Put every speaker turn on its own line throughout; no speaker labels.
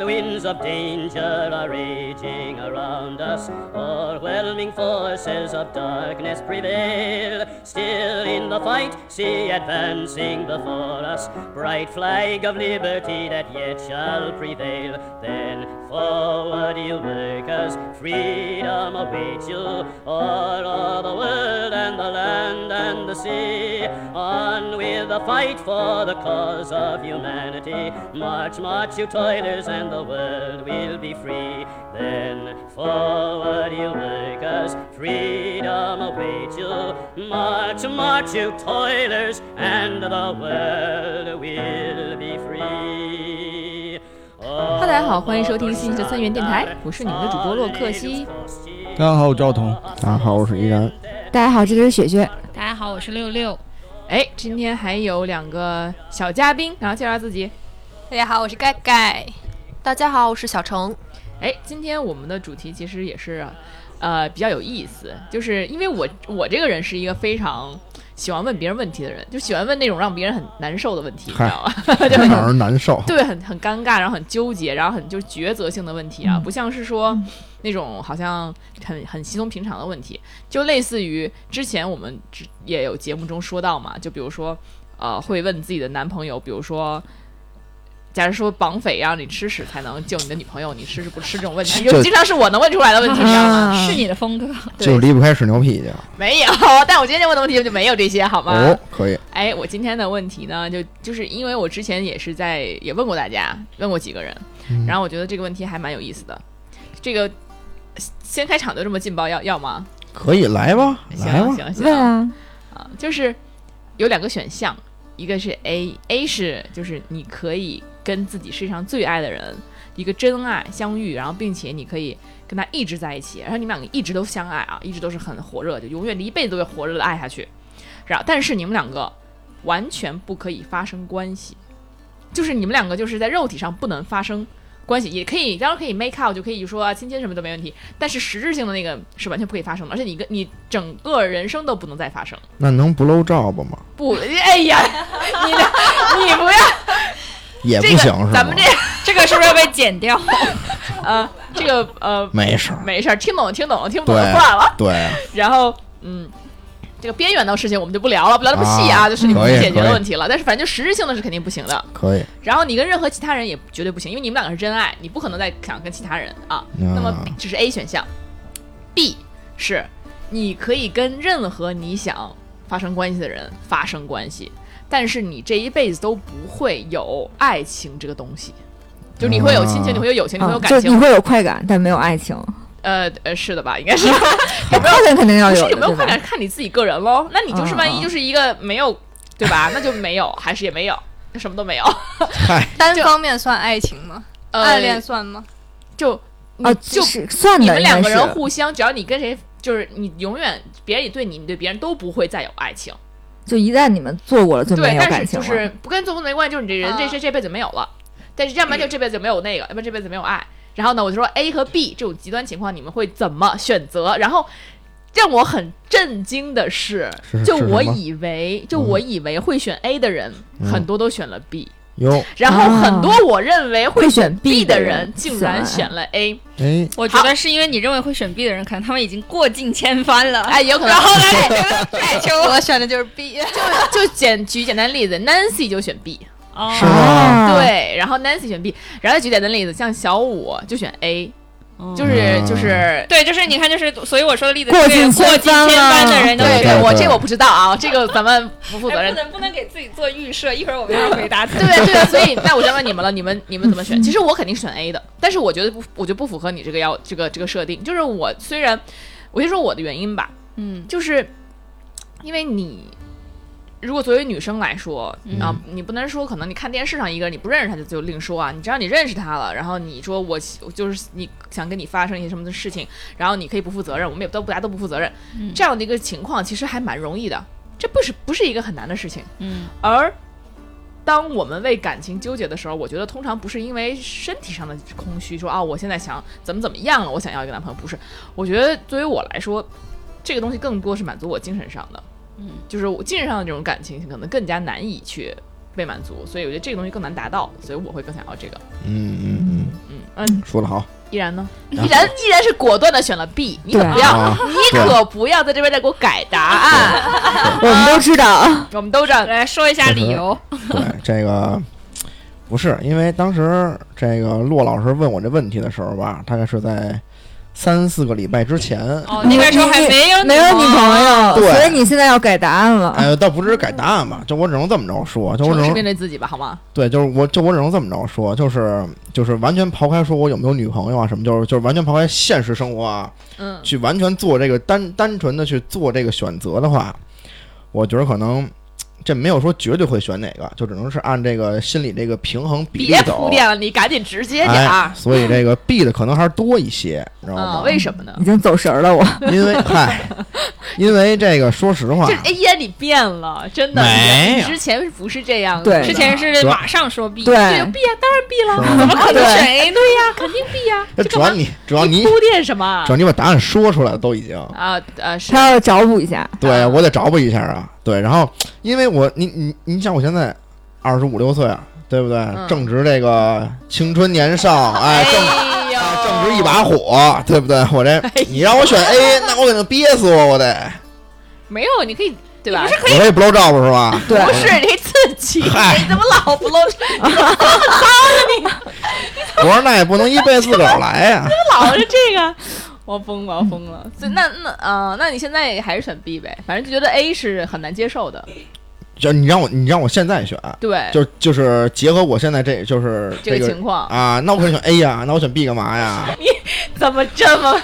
of danger are raging around us. Overwhelming forces of darkness prevail. Still in the fight, see advancing before us. Bright flag of liberty that yet shall prevail. Then forward, you workers, freedom awaits you. All over the world and the land and the sea. On with the fight for the cause of humanity. March, march, you toilers, and the world will be free. Then forward, you workers, freedom awaits you. March, march, you toilers, and the world will be free.
Hello，大家好，欢迎收听新一期的三元电台，我是你们的主播洛克西。
大家好，我赵彤。
大家好，我是依然。
大家好，这里是雪雪。
大家好，我是六六。
哎，今天还有两个小嘉宾，然后介绍自己。
大家好，我是盖盖。
大家好，我是小程。
哎，今天我们的主题其实也是，呃，比较有意思，就是因为我我这个人是一个非常喜欢问别人问题的人，就喜欢问那种让别人很难受的问题，你知道吗？ 就很
哪儿难受？
对，很很尴尬，然后很纠结，然后很就是抉择性的问题啊，不像是说那种好像很很稀松平常的问题，就类似于之前我们之也有节目中说到嘛，就比如说呃，会问自己的男朋友，比如说。假如说绑匪让你吃屎才能救你的女朋友，你吃是不吃这种问题，就
这
经常是我能问出来的问题，你知道吗？
是你的风格，
对
就离不开屎牛屁去。
没有， 但我今天问的问题就没有这些，好吗？
哦，可以。
哎，我今天的问题呢，就就是因为我之前也是在也问过大家，问过几个人，然后我觉得这个问题还蛮有意思的。这个先开场就这么劲爆，要要吗？
可以来吧，
行
来吧。
行行
问啊，
啊，就是有两个选项，一个是 A，A 是就是你可以跟自己世界上最爱的人一个真爱相遇，然后并且你可以跟他一直在一起，然后你们两个一直都相爱啊，一直都是很火热，就永远一辈子都会火热的爱下去。然后但是你们两个完全不可以发生关系，就是你们两个就是在肉体上不能发生。关系也可以，当然可以 make out，就可以说啊亲亲什么都没问题，但是实质性的那个是完全不可以发生的，而且你跟你整个人生都不能再发生。
那能不露照不吗？
不，哎呀，你的你不要
也不
这个
行是，吗？
咱们这
这个是不是要被剪掉？
呃这个呃
没事儿。
没事儿，听懂了听懂了，听不懂
对
就算了。
对，啊
然后嗯，这个边缘的事情我们就不聊了，不聊那么细啊，
啊
就是你们
可以
解决
可
的
以
问题了。但是反正就实质性的是肯定不行的。
可以。
然后你跟任何其他人也绝对不行，因为你们两个是真爱，你不可能再想跟其他人啊。那么
啊
这是 A 选项，B 是你可以跟任何你想发生关系的人发生关系，但是你这一辈子都不会有爱情这个东西，就你会有亲
啊
情，你会有友情，你会有
嗯
感
就你
情，
会有快感，但没有爱情。
呃呃，是的吧？应 该是
快感肯定要
不
有
是
的，
有没有
对吧
快感看你自己个人喽。那你就是
嗯
万一
嗯
就是一个没有，对吧？那就没有，还是也没有，什么都没有。
嗨，
单方面算爱情吗？
呃
暗恋算吗？
就你
啊，
就是
算的，
你们两个
应该
人
是
互相，只要你跟谁，就是你永远别人也对你，你对别人都不会再有爱情。
就一旦你们做过了，就
对
没，有
但
感
是
情
就
了。
是不跟做梦没关系，就是你这人这这这辈子没有了。但是要不然就这辈子没有那个，要不然这辈子没有爱。然后呢，我就说 A 和 B 这种极端情况，你们会怎么选择？然后让我很震惊的是，
是是
就是我
什么
以为，就
嗯
我以为会选 A 的人，很多都选了 B，
哟，
然后很多我认为
会
选
选 B
的
的人
竟
选
然
了
选了 A。
哎，
我觉得是因为你认为会选 B 的人，可能他们已经过尽千帆了。
哎，有可能。
我选的就是 B，
就简举简单例子，Nancy 就选 B，、
哦
是吗？
对，然后 Nancy 选 B，然后再举简单例子，像小五就选 A，、就是
嗯
就是。
对，就是你看，就是所以我说的例子，
过
对
尽千
过尽
帆
千帆的
了
人都
对
对
是。
对
我
对
这个我不知道啊，这个咱们不负责
哎
任
不。能不能给自己做预设，一会儿我们要回答
对对对，所以那 我先问你们了，你们你们怎么选？其实我肯定选 A 的，但是我觉得不，我觉得不符合你这个要这个这个设定。就是我虽然，我先说我的原因吧，
嗯，
就是因为你如果作为女生来说，啊，你不能说可能你看电视上一个人你不认识他就就另说啊，你只要你认识他了，然后你说我喜就是你想跟你发生一些什么的事情，然后你可以不负责任，我们也都不大家都不负责任，这样的一个情况其实还蛮容易的，这不是不是一个很难的事情，
嗯，
而。当我们为感情纠结的时候，我觉得通常不是因为身体上的空虚，说啊，我现在想怎么怎么样了，我想要一个男朋友，不是。我觉得对于我来说，这个东西更多是满足我精神上的，嗯，就是我精神上的这种感情可能更加难以去被满足，所以我觉得这个东西更难达到，所以我会更想要这个。
嗯嗯嗯，
嗯，嗯，
说的好
依然呢？
然
依
后
然 依然是果断的选了 B，你可
对
不要，
啊！
你可不要在这边再给我改答案。哎
我们都知道，
我们都知道，
来说一下理
嗯
由。
对这个不是因为当时这个骆老师问我这问题的时候吧，大概是在三四个礼拜之前。
哦，那个时候还没有
没有女朋友，
对
所以你现在要改答案了。
哎呦，倒不是改答案吧，就我只能这么着说，就我只
诚实
能
面对自己吧，好吗？
对，就是我，就我只能这么着说，就是就是完全刨开说我有没有女朋友啊什么，就是就是完全刨开现实生活啊，
嗯，
去完全做这个单单纯的去做这个选择的话，我觉得可能这没有说绝对会选哪个，就只能是按这个心理这个平衡比例
别
走
铺。垫了，你赶紧直接点啊
哎
儿，。
所以 这个 B 的可能还是多一些，你知道
嗯，
吗？
为什么呢
已？经走神儿了，我
因 为嗨，因为这个说实话
这，哎呀，你变了，真的，
没
你
有
之前不是这样的，
对
之前是马上说 B，
对
对，就 B 呀，当然 B 了，
是吗
怎么可能
对
选 A？对呀，肯定 B 呀，这
主
干
要
嘛
你主要你
铺垫什么
主要你把答案说出来了都已经，
啊？呃，是
他要找补一下。
对我得找补一下啊。对，然后因为我你你你想我现在二十五六岁，啊对不对？正值这个青春年少，哎，正、
嗯哎呦哎
哎正值一把火，对不对？我这你让我选 A，那我肯定憋死我，我得
没有，你可以对吧？
我可以不露照是吧？
对
不是你自己，
嗨
你怎么老不露
我说那也不能一辈子自个儿来呀、
老是这个？我疯了，我疯了。所以那那呃，那你现在还是选 B 呗，反正就觉得 A 是很难接受的。
就你让我你让我现在选，
对，
就就是结合我现在这就是
这个
个
情况
啊，那我肯定选 A 呀、那我选 B 干嘛呀？
怎么这么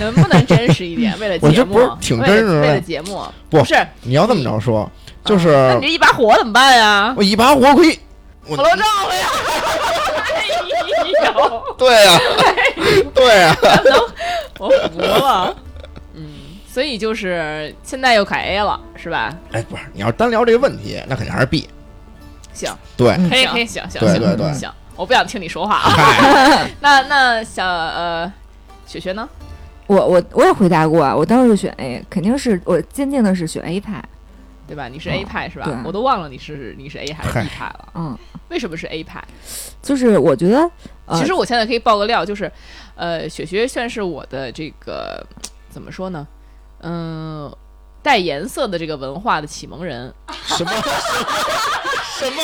能不能真实一点？为了
我
节
这
目，
不是挺真实的
为了
吗
为了节目，
不
是？啊
你要这么着说，就是、
那你这一把火怎么办呀？
我一把火可以，我
火炉照了呀！哎呦，
对呀、对呀、
我服了。嗯，所以就是现在又改 A 了，是吧？
哎，不是，你要是单聊这个问题，那肯定还是 B。
行，嗯
对，
可以可以，
行行
对
行
对对
行，我不想听你说话啊。
嗨，
那那小呃，雪雪呢？
我我我也回答过啊，我当时就选 A，肯定是我坚定的是选 A 派。
对吧？你是
哦
A 派是吧
对？
我都忘了你是你是 A 还
嗯
是
嗨
B 派了。
嗯，
为什么是 A 派？
就是我觉得，呃、
其实我现在可以爆个料，就是，呃，雪雪算是我的这个怎么说呢？嗯、带颜色的这个文化的启蒙人，
什么什么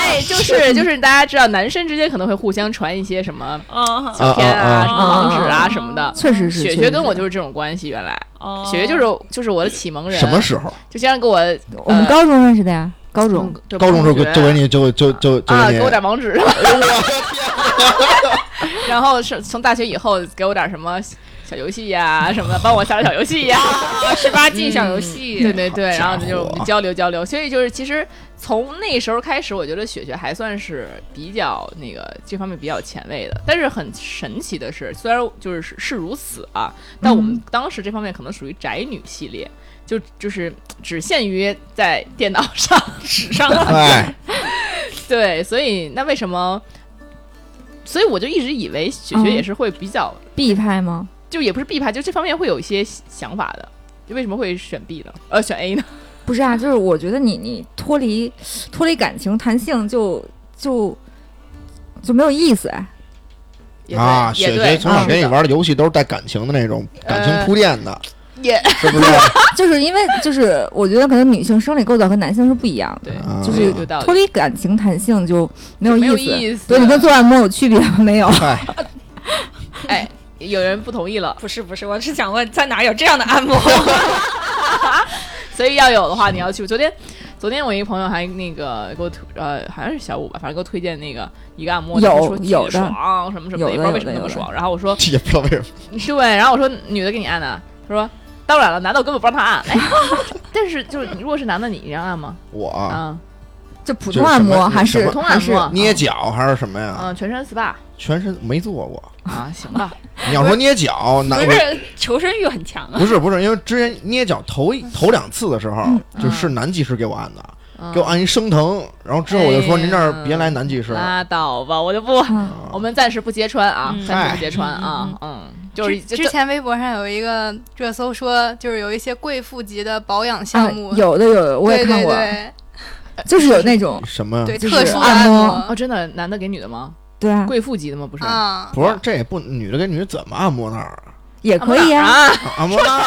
哎，就是就是大家知道，男生之间可能会互相传一些什么
哦
照片啊、
啊
什
啊啊
么网址啊什么的。
确实是
雪
确
雪
实
跟
是
我就是这种关系，原来
哦
雪雪就是就是我的启蒙人，
什么时候？
就经常给我
我们高中认识的呀，高中
呃嗯对
高中时候
同学
就给你就就就就
啊，
给
给
你
我点网址，
哎
然后是从大学以后给我点什么小游戏呀、什么的，帮我下点小游戏呀、
啊
嗯
十八禁小游戏，啊
对对对，
好家
然
伙
后就我们就交流交流，所以就是其实从那时候开始，我觉得雪雪还算是比较那个这方面比较前卫的。但是很神奇的是，虽然就是是是如此啊，但我们当时这方面可能属于宅女系列，就就是只限于在电脑上纸上
哎，
对，所以那为什么？所以我就一直以为雪
嗯
雪也是会比较，
B 派吗？
就也不是 B 派，就这方面会有一些想法的。就为什么会选 B 呢？呃，选 A 呢？
不是啊，就是我觉得你你脱离脱离感情谈性就就就没有意思啊。
也对
啊，
也
雪
对呃
雪从小
嗯
跟你
是的
玩的游戏都是带感情的那种，感情铺垫的，
也
是不是？
就是因为就是我觉得可能女性生理构造和男性是不一样的，
对，
啊
就是
有道理
脱离感情谈性就没有
就没有
意
意思啊
对你跟做按摩有区别吗？没有。
嗨，
哎，有人不同意了，
不是不是，我是想问，在哪有这样的按摩？
所以要有的话你要去。昨天，昨天我一朋友还那个给我推，呃，好像是小五吧，反正给我推荐那个一个按摩，
有
他说巨
有的
爽什么什么
有的
也不知道为什么那
有
么
的
爽。然后我说
也不知道为什么。
对，然后我说女的给你按的，他说当然了，男的我根本不让他按。哎， 但是就是你如果是男的，你让按吗？
我
啊，
就普通按
就是什
摩
么
还是
什么
普通按
还是
摩
捏脚还是什么呀？
嗯，全身 SPA
啊全身没做过。
啊，行吧，
你要说捏脚，那
不
我
是，求生欲很强 啊。
不是不是，因为之前捏脚头
嗯
一头两次的时候，就是男技师给我按的，给我按一生疼，然后之后我就说
嗯哎呀啊
您这儿别来男技师，
拉倒吧，我就不，
啊
嗯
我们暂时不揭穿啊，
嗯
暂时不揭穿啊，嗯，就是
之
就
之前微博上有一个热搜说，就是有一些贵妇级的保养项目，
啊有的有的，我也看过，
对
就是有那种
什么
对对对
就是
特殊的
按摩
摩
哦，真的，男的给女的吗？
对啊，
贵妇级的吗？不是，
啊，
不是，这也不女的跟女的怎么按摩那儿啊？
也可以啊，
啊，
按摩那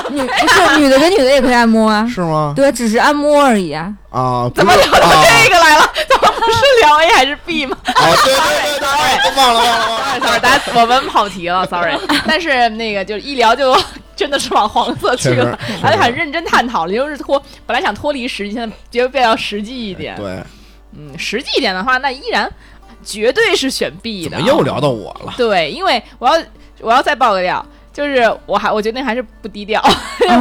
儿
女不是女的跟女的也可以按摩啊，
是吗？
对，只是按摩而已啊。
啊，
怎么
不
聊
是
到
啊
这个来了？怎么不是聊 A 还是 B 吗？
啊， 对对对对，忘了忘了忘了。
sorry，大家我们跑题了，sorry。但是那个就一聊就真的是往黄色去
确实
了，，
确
而且
实
很认真探讨了，就是脱本来想脱离实际，现在觉得变要实际一点。
对，
嗯，实际一点的话，那依然绝对是选 B
怎
的。
么又聊到我了？
对，因为我要我要再爆个料，就是我还我决定还是不低调。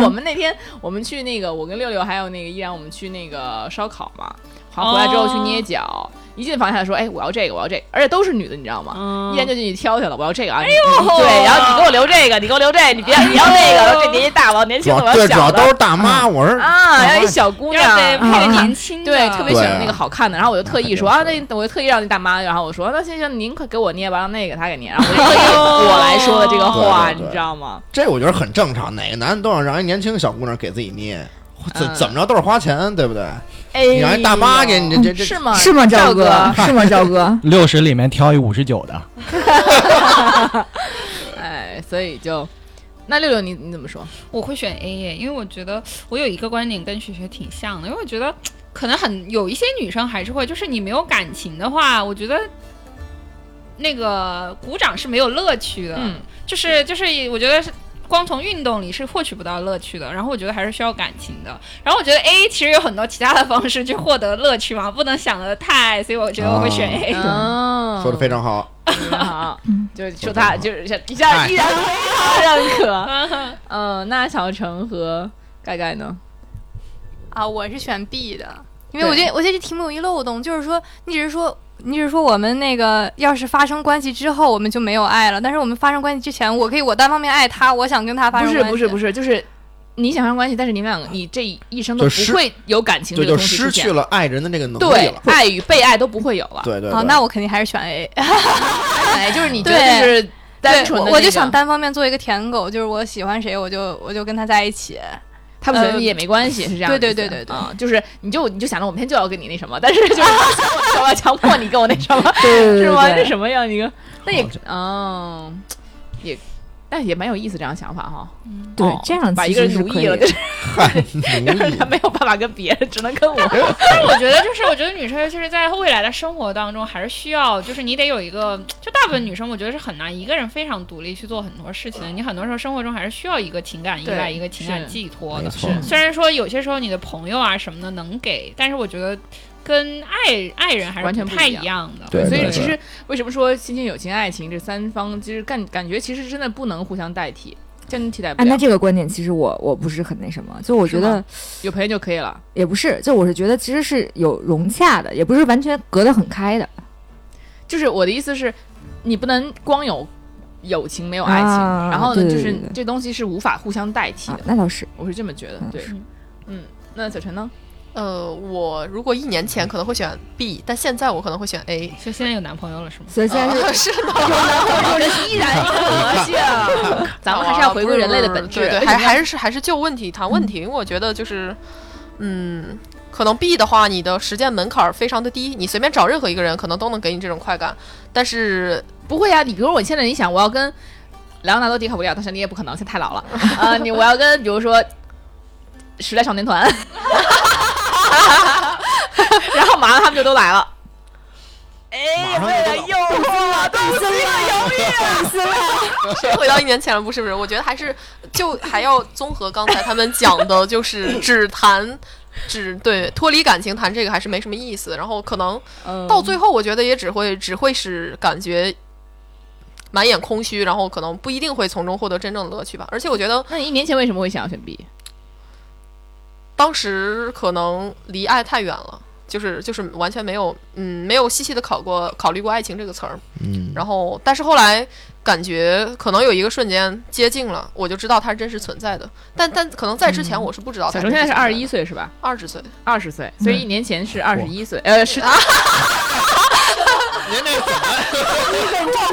我们那天我们去那个，我跟六六还有那个依然，我们去那个烧烤嘛，好像回来之后去捏脚。一进房间，他说：“哎，我要这个，我要这个，而且都是女的，你知道吗？依然就进去挑去了，我要这个嗯啊！哎呦，对，然后你给我留这个，你给我留这个，你别你要那个，这年纪大，我要年
主
轻
要
的，我
对，主
小
要都
的
是大妈，我是
啊，要一小姑娘，嗯
要得配个年轻的，
对，特别喜欢
哎对啊
那个好看的。然后我就特意说
那
啊，
肯定
那我就特意让那大妈，然后我说那行行，您快给我捏吧，让那个他给捏。然后 我就特意我来说的这个话，
对对对啊
你知道吗？
这我觉得很正常，哪个男的都想让一年轻小姑娘给自己捏，怎
嗯
怎么着都是花钱，对不对？
哎，嗯
你让一大妈给你这这
是
这，
吗？
是吗，赵
哥？
是吗，赵哥？
六十里面挑一五十九的，
哎，所以就那六六你你怎么说？
我会选 A 耶，因为我觉得我有一个观点跟雪雪挺像的，因为我觉得可能很有一些女生还是会，就是你没有感情的话，我觉得那个鼓掌是没有乐趣的，
嗯，
就是就是我觉得是。光从运动里是获取不到乐趣的，然后我觉得还是需要感情的。然后我觉得 A 其实有很多其他的方式去获得乐趣嘛，不能想的
哎
太，所以我觉得我会选
啊
A。
哦
说的非常好。
嗯
常好，就是说他就是一
哎
下依然非常认可。 嗯，那小程和盖盖呢？
啊，我是选 B 的，因为我觉得我觉得这题目有一漏洞，就是说你只是说你只是说我们那个要是发生关系之后我们就没有爱了，但是我们发生关系之前，我可以我单方面爱他，我想跟他发
不
生
是
关系。
不是不是，就是你想象关系，但是你们两个你这一生都
就
不
失
会有感情这
对，
个
就
东西出
失
现
去了爱人的这个能力
对
了。
爱与被爱都不会有了。
对对对，
啊，那我肯定还是选 A。
哎，就是你觉
对
得就是单纯的、
对我，我就想，单方面做一个舔狗，就是我喜欢谁，我就我就跟他在一起。 呃
他不喜欢你也没关系，是这样的意思。
对对对对对
啊，就是你就你就想着我明天就要跟你那什么， 但是 就是我要强迫你跟我那什么，
对 对对
是吗？
对
这什么样一个？那也
好像
哦，也。但也蛮有意思，这样想法哈。
嗯
对
哦，
这样
把
其
一个
实
人
是
奴
可
役
以
了，
的。
就是
奴役
他没有办法跟别人，只能 跟我。
但是我觉得，就是我觉得女生，就是在未来的生活当中，还是需要，就是你得有一个，就大部分女生，我觉得是很难一个人非常独立去做很多事情的。你很多时候生活中还是需要一个情感依赖，
对
一个情感
是
寄托
没
的。
错，
虽然说有些时候你的朋友啊什么的能给，但是我觉得跟爱爱人还
完
是
全
不
不
太
一样
一样的。
对
所以
对
其实为什么说亲情、友情、爱情这三方，其实感感觉其实真的不能互相代替，真替代不
哎，那
了，
这个观点其实我我不是很那什么，就我觉
是
得
吗有陪就可以了。
也不是，就我是觉得其实是有融洽的，也不是完全隔得很开的。
就是我的意思是，你不能光有友情没有爱情，
啊
然后
对
呢，
对
就是
对对
这东西是无法互相代替
啊
的，，
那倒是，
我是这么觉得。对，嗯，那小陈呢？
呃，我如果一年前可能会选 B，但现在我可能会选 A。
所以现在有男朋友了是吗？
所以现在是、
啊是吗？
依然德性， 咱们还是要回归人类的本质
对，对，
为什
还
么要
哦还是还是就问题谈问题。我觉得就是，嗯，可能 B 的话，你的实践门槛儿非常的低，你随便找任何一个人，可能都能给你这种快感。但是
不会啊。你比如说，我现在你想，我要跟莱昂纳多·迪卡普里奥，但是你也不可能，现在太老了。呃，你我要跟比如说时代少年团， 然后马上他们就都来了。哎，
马上就都
为
来
了诱惑，都不
回到一年前了，不是不是，我觉得还是就还要综合刚才他们讲的，就是只谈。只对脱离感情谈这个还是没什么意思，然后可能
嗯
到最后，我觉得也只会只会使感觉满眼空虚，然后可能不一定会从中获得真正的乐趣吧。而且我觉得
那你一年前为什么会想要选 B？
当时可能离爱太远了，就是就是完全没有嗯没有细细的考过考虑过爱情这个词儿。
嗯，
然后但是后来感觉可能有一个瞬间接近了，我就知道它是真实存在的。但但可能在之前我是不知道它
小
真
程
实
现在
存在
是
的。
二十一岁是吧？
二十岁，
二十岁，所以
嗯
一年前是二十一岁，呃，是
您这怎么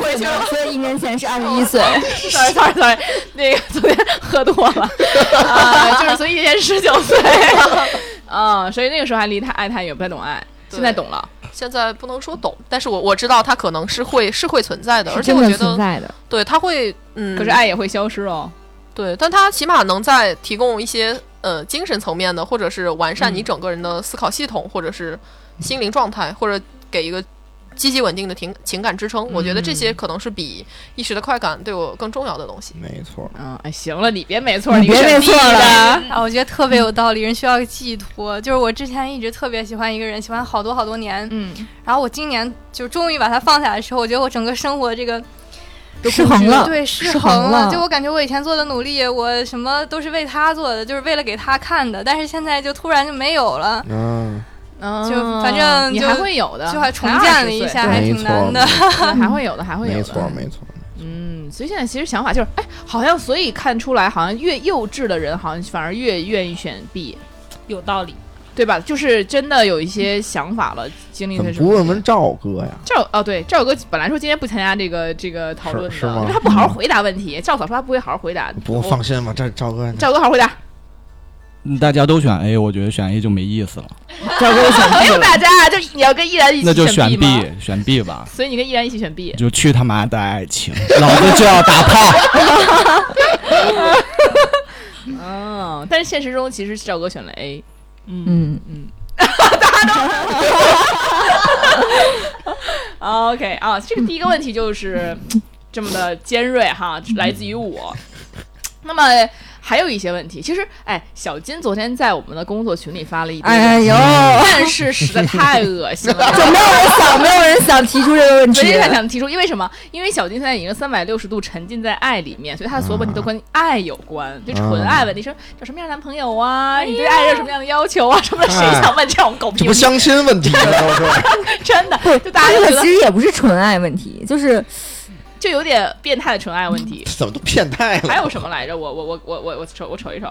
嗯
所以一年前是二十 一岁，
sorry sorry sorry，那个昨天喝多了，啊、就是所以 嗯一年十九岁，啊、所以那个时候还离太爱太远，不太懂爱，现在懂了，
现在不能说懂，但是我我知道它可能是会是会存在的，而
是
且
真
我
的
觉
存
得
在的。
对它会嗯，
可是爱也会消失哦。
对，但它起码能在提供一些呃精神层面的，或者是呃完善你
嗯
整个人的思考系统，或者是心灵状态，或者给一个积极稳定的情情感支撑。我觉得这
嗯
些可能是比一时的快感对我更重要的东西。
没错，
嗯，哎，行了，你别没错，
你
你
别
选
没
B
错了
的。
啊，我觉得特别有道理，人需要寄托。就是我之前一直特别喜欢一个人，喜欢好多好多年，
嗯，
然后我今年就终于把它放下的时候，我觉得我整个生活这个
失衡了
对，失
失
衡
衡了
就我感觉我以前做的努力，我什么都是为他做的，就是为了给他看的，但是现在就突然就没有了，
嗯，
嗯
就反正
你
就
还会有的，
就还重
才
建了
20
一
岁
下，
对
还
没
挺
错
难的。
对还会有的，还会有的，
没错，没错，
嗯，所以现在其实想法就是，哎，好像所以看出来，好像越幼稚的人，好像反而越愿意选 B，
有道理。
对吧？就是真的有一些想法了，经历
怎
的
么
是
不问问赵哥呀？
赵哦，对，赵哥本来说今天不参加这个这个讨论的，
是是吗
因为他不好好回答问题。赵嫂说他不会好好回答，
不过
我
放心吧，这赵哥
赵哥好好回答。
嗯大家都选 A，我觉得选 A 就没意思了，
赵哥选 没有大家，就你要跟依然一
那就
起
选
B 吗？
B，选 B 吧，
所以你跟依然一起选 B，
就去他妈的爱情，老子就 要打炮。
嗯，但是现实中其实赵哥选了 A，
嗯，
OK 啊，这个第一个问题就是这么的尖锐哈，来自于我。那么还有一些问题，其实哎，小金昨天在我们的工作群里发了一堆，嗯
哎呦，
但是实在太恶心 了。
就没有人想，没有人想提出这个问
所以
题。
才想提出，因为什么？因为小金现在已经三百六十度沉浸在爱里面，所以他的所有问题都跟爱有
嗯
关，就纯爱问题，说找什么样的男朋友啊，你对爱人有什么样的要求啊什么的，谁
哎
想问这种狗
这
屁
不
问题？
相亲问题吗？ 都是
真的，就大家
这个
就觉 得
其实也不是纯爱问题，就是
就有点变态的纯爱问题。
怎么都变态了？
还有什么来着？我我我我我我瞅我瞅一瞅。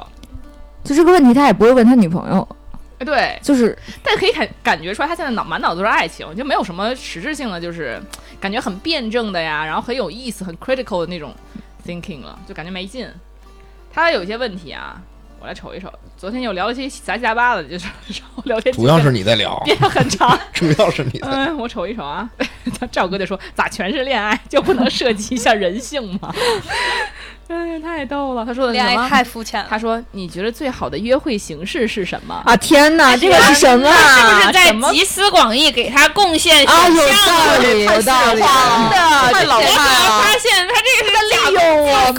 就这个问题，他也不会问他女朋友，
哎，对，
就是
但可以感感觉出来，他现在脑满脑子都是爱情，就没有什么实质性的，就是感觉很辩证的呀，然后很有意思、很 critical 的那种 thinking 了，就感觉没劲。他有一些问题啊，我来瞅一瞅。昨天有聊一些杂七杂八的，就是然后聊天记
主
录
要是你在聊，
变得很长。
主要是 你在聊。
嗯，我瞅一瞅啊，赵哥就说咋全是恋爱，就不能涉及一下人性吗？哎，太逗了。他说 的是
恋
什
爱
么
太肤浅了，
他说：“你觉得最好的约会形式是什么？”哎
啊，天哪，这个是什么
是
啊？
不是在
什么
集思广益，给他贡献选
啊，有
项
道理，有道理，
的，
太老
我怎
啊
么发现他这个是利用
我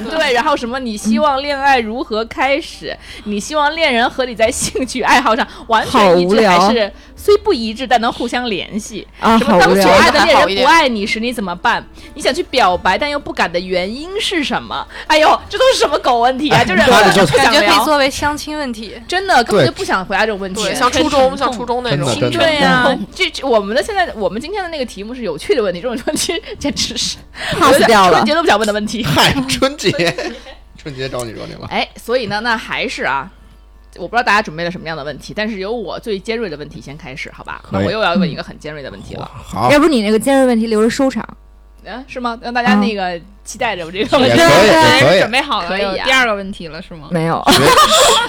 们。
对，然后什么？你希望恋爱如何开始？你希望恋人和你在兴趣爱好上完
好
全一
无
致，
聊
还是虽不一致但能互相联系？
啊，
什
好
么
无
当所
聊。
爱的
还好
恋
一
人
点
不爱你时，你怎么办？你想去表白但又不敢的原因是什么？哎呦，这都是什么狗问
哎
题啊！就是
那你就
不想
感觉可以
聊，
作为相亲问题。
真的根
对
本就不想回答这种问题。
对，像初中像初中那
真
种
的，真的
对呀、这这我们的现在我们今天的那个题目是有趣的问题，这种问题简直是
pass
我觉得
掉了
春节都不想问的问 题。
嗨，春节，春节找你惹你了。
哎，所以呢，那还是啊，我不知道大家准备了什么样的问题，但是由我最尖锐的问题先开始，好吧？那
可以
我又要问一个很尖锐的问题
哇
了，
好，
要不你那个尖锐问题留着收场，
嗯，是吗？让大家
啊
那个期待着我这个问
也
题。
可以， 也可以
准，备好
可
了，
以
有
啊
第二个问题了是
嗯
吗？
没有？
学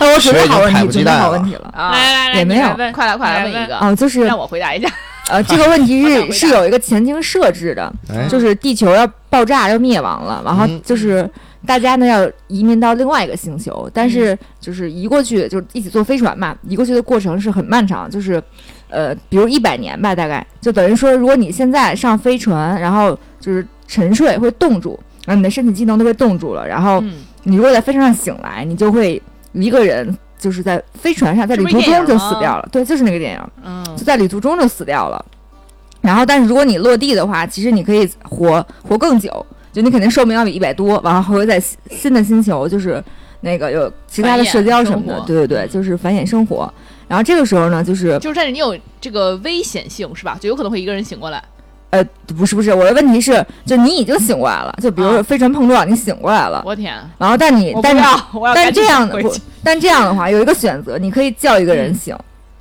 哎， 我准备好问
学已经迫
题，
不
准
及
备
待了
好问题了。
啊，
来来来，
也没
你
有
来问
快来快来问一个，
哦，就是
让我回答一下。
呃，这个问题
我想回
是是
答
有一个前景设置的，
哎
就是地球要爆炸要灭亡了，然后
嗯
就是大家呢要移民到另外一个星球，但是
嗯
就是移过去就是一起坐飞船嘛，移过去的过程是很漫长，就是呃，比如一百年吧，大概就等于说，如果你现在上飞船，然后就是沉睡会冻住，然后你的身体机能都被冻住了，然后
嗯，
你如果在飞船上醒来，你就会一个人就是在飞船上，在
这
旅
不是
途
电影
中就
吗
死掉了，对，就是那个电影。
嗯
就在旅途中就死掉了。然后，但是如果你落地的话，其实你可以活活更久，就你肯定寿命要比一百多。然后会在新新的星球，就是那个有其他的
繁衍
社交什么
生
的
活，嗯
对对对，就是繁衍生活。然后这个时候呢，就是
就是但是你有这个危险性是吧？就有可能会一个人醒过来。
呃，不是不是，我的问题是，就你已经醒过来了，就比如
啊
说飞船碰撞，你醒过来了，
我天，
然后但你
我不
但你
要，我要
但
赶紧
这样的
回
不
去嗯
但这样的话有一个选择，你可以叫一个人醒，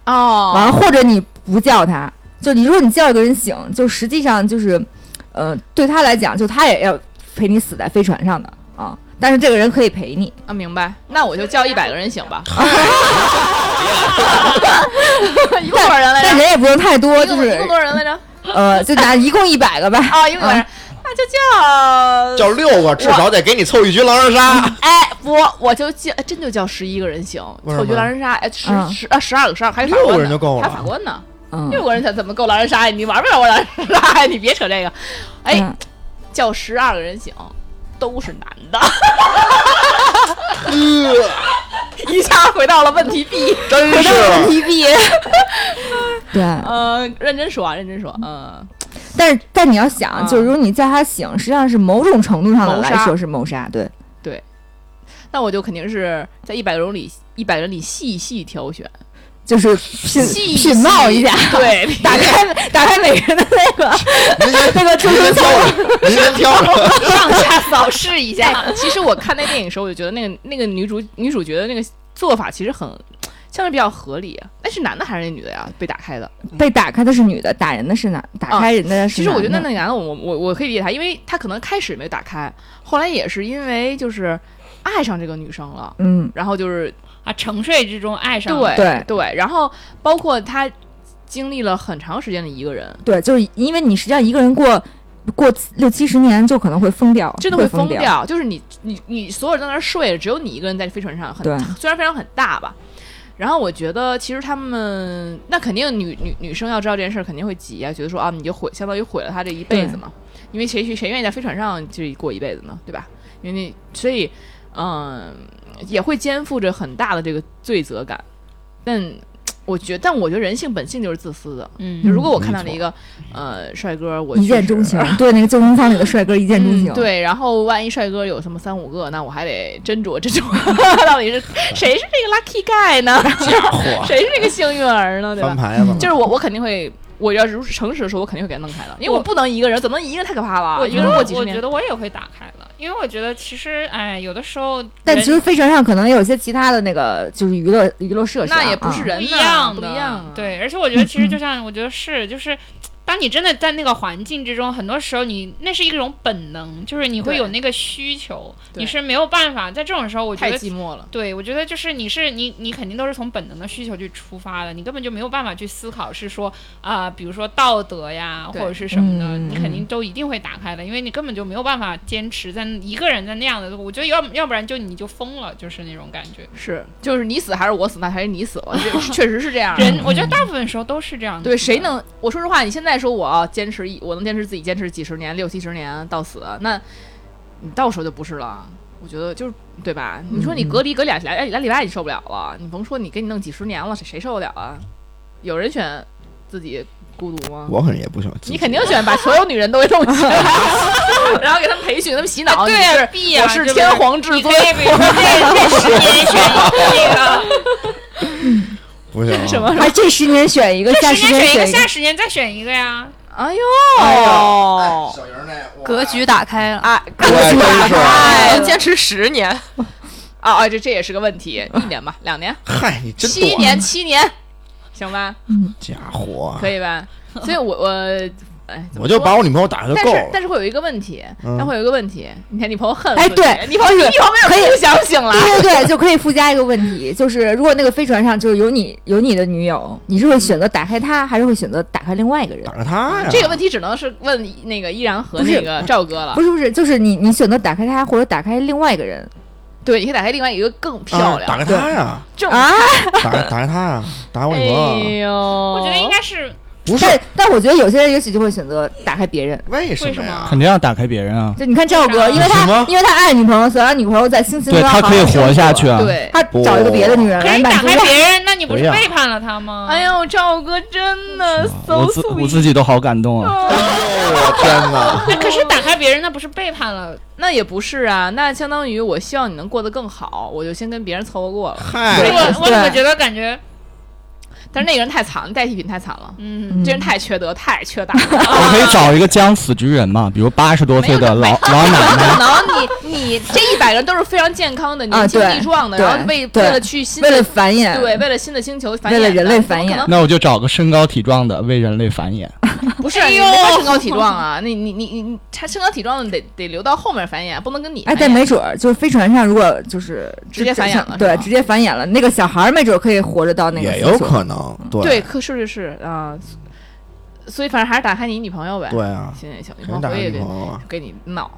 哦，
完了或者你不叫他，就你如果你叫一个人醒，就实际上就是，呃，对他来讲，就他也要陪你死在飞船上的啊。但是这个人可以陪你，
啊，明白。那 我就叫一百个人醒吧。一会儿人来
但人人也不用太多，
一
就
共一
是
共多少人来着？
呃，就拿一共一百个吧。
哦
啊，一共多少人？那就叫
叫六个，至少得给你凑一局狼人杀。
啊哎，不，我就叫哎真就叫十一个人行，
为什么
我觉得狼人杀，哎，十
嗯
十啊十二个，十二个还有
六个
法官呢
人就够了
还有法官呢，
嗯，
六个人才怎么够狼人杀呀？你玩不了我狼人杀呀，你别扯这个。哎，
嗯
叫十二个人行，都是男的，
呃
一下回到了问题 B。
真是
题 B。对，
呃，认真说啊，认真说，嗯，
但是但你要想，就是如果你叫他醒，实际上是某种程度上的
谋
来
杀
说是谋杀，对，
那我就肯定是在一百人里一百人里细细挑选，
就是品
细
品貌一下，
对，
打开打开每个人的那个
您先
那个出
您先
生册
挑，着，您先挑着。
上下扫视
试一下。
其实我看 那电影的时候，我就觉得那个那个女主女主角的那个做法其实很相对比较合理。那是男的还是那女的呀？被打开的。
被打开的是女的，打人的是男，打
啊
开人哎的是
其实我觉得
男的
那男的我，我我我可以理解他，因为他可能开始没有打开，后来也是因为就是爱上这个女生了，
嗯，
然后就是
啊，沉睡之中爱上了
对
对
对，然后包括他经历了很长时间的一个人，
对，就是因为你实际上一个人过过六七十年，就可能会疯掉，
真的
会
疯
掉，
掉。就是你你你所有人都在那儿睡着，只有你一个人在飞船上，很
对
虽然非常很大吧。然后我觉得，其实他们那肯定女女女生要知道这件事，儿，肯定会急啊，觉得说啊，你就毁，相当于毁了她这一辈子嘛。因为谁去谁愿意在飞船上就是过一辈子呢，对吧？因为那所以，嗯，也会肩负着很大的这个罪责感。但我觉但我觉得人性本性就是自私的。就
嗯，
如果我看
没
到了
错
一个呃帅哥，我
一见
确实
钟 情，对，那个救生舱里的帅哥一见钟情，
嗯。对，然后万一帅哥有什么三五个，那我还得斟酌斟酌， 到底是谁是这个 lucky guy 呢？谁是这个幸运儿呢？对
翻
吧？
牌子了，
就是我，我肯定会，我要是诚实的说，我肯定会给他弄开的，因为我
我
不能一个人，怎么能一个人太可怕了？
我
啊一
觉
个
得
人过
我
几十
觉
年，
得我也会打开了，因为我觉得其实哎，有的时候
但
人
其实飞船上可能有一些其他的那个就是娱乐娱乐设施啊，
那也不是
啊
人
不一
呢
样
不
的，
一样啊。
对，而且我觉得 其实就像我觉得是，就是当你真的在那个环境之中，很多时候你那是一种本能，就是你会
对
有那个需求，
对
你是没有办法在这种时候，我觉
太
得。
寂寞了。
对，我觉得就是你是你，你肯定都是从本能的需求去出发的，你根本就没有办法去思考是说啊、比如说道德呀或
对
者是什么的，
嗯
你肯定都一定会打开的，因为你根本就没有办法坚持在一个人在那样的，我觉得要要不然就你就疯了，就是那种感觉。
是，就是你死还是我死，那还是你死了，这 确实是这样。
人，我觉得大部分时候都啊是这样子的。
对，谁能？我说实话，你现在说我要坚持一，我能坚持自己坚持几十年、六七十年到死，那你到时候就不是了。我觉得就是对吧？你说你
嗯
隔离隔俩俩俩礼拜你受不了了，你甭说你给你弄几十年了，谁谁受得了啊？有人选自己孤独吗？
我可能也不喜欢。
你肯定选把所有女人都给弄起来， 然后给他们培训、他们洗脑。
对啊
你
呀
是
必呀
我是
这不
天
是
皇至
你
尊
可。以比如说 这这十年选一个，
不 行啊
什么？
啊，这十年选一个，下
这
十
十年
选
选一个，
一个
下，十年再选一个呀。
哎呦！
小人那
格局打开了。
啊，
对，真是
哎，能坚持十年，
啊啊，这这也是个问题。一年吧，两年。
嗨，你真啊
七
多，
年，七年，行吧，
家伙啊，
嗯可以吧？所以我我哎，怎么
我就
说
把我女朋友打开就
但
够
是
了。
但是会有一个问题，
嗯
但会有一个问题，你看你朋友恨
哎
死
对
你你朋友
就是
你朋友
可以
不想醒了，
对对对，就可以附加一个问题，就是如果那个飞船上就是有你有你的女友，你是会选择打开她，还是会选择打开另外一个人
打？开他呀，
这个问题只能是问那个依然和
不是
那个赵哥了
不。是不是，就是你你选择打开她，或者打开另外一个人
对，你可以打开另外一个更
啊
漂
打
亮
开他呀，
正
啊？
打开打开他呀，打开我
哎
女朋友啊，
呦，
我
我
觉得应该是
不是
但但我觉得有些人也许就会选择打开别人。
为什
为
么
什
呀
么？
肯定要打开别人啊，
就你看赵哥，因为
什
他
么
因为他爱女朋友，所以让女朋友在辛勤
对
地
他可以活下去啊。
对。
他找一个别的女人
可
来
以
满
打
足
开别人，那你不
不一
是
样
背叛了他吗？
哎，呦，赵哥真的
啊
so
我自我
sweet，
自己都好感动啊！
哎呦我天哪！
那可是打开别人，那不是背叛了？
哦 那也不是啊，那相当于我希望你能过得更好，我就先跟别人凑合过了。
我
嗨，
我怎么觉得感觉，
但是那个人太惨，代替品太惨了，
嗯，
这人太缺德，太缺 大了。
我可以找一个将死之人嘛，比如八十多岁的老老 奶奶，
可能你你这一百个人都是非常健康的、年轻
对
力壮的，
对
然后为
对
为了去新
为了
的
繁衍，
对为了新的星球繁衍的，
为了人类繁衍
怎么可能
那我就找个身高体壮的为人类繁衍。
不是，啊
哎
你
呦
没法身高体壮 啊，那你你你你他身高体壮得得留到后面繁衍啊，不能跟你
哎，
繁
但
衍
没准儿就是飞船上，如果就是
直接繁衍了是
对，
吧
直接繁衍了，那个小孩儿没准儿可以活着到那个
也
星
有
球
可能，
对，
对
可是是是啊，所以反正还是打开你女朋友呗。
对啊，
行行行，女
肯定
朋友
打
回
个
去也
女
别
朋友啊，
给你闹，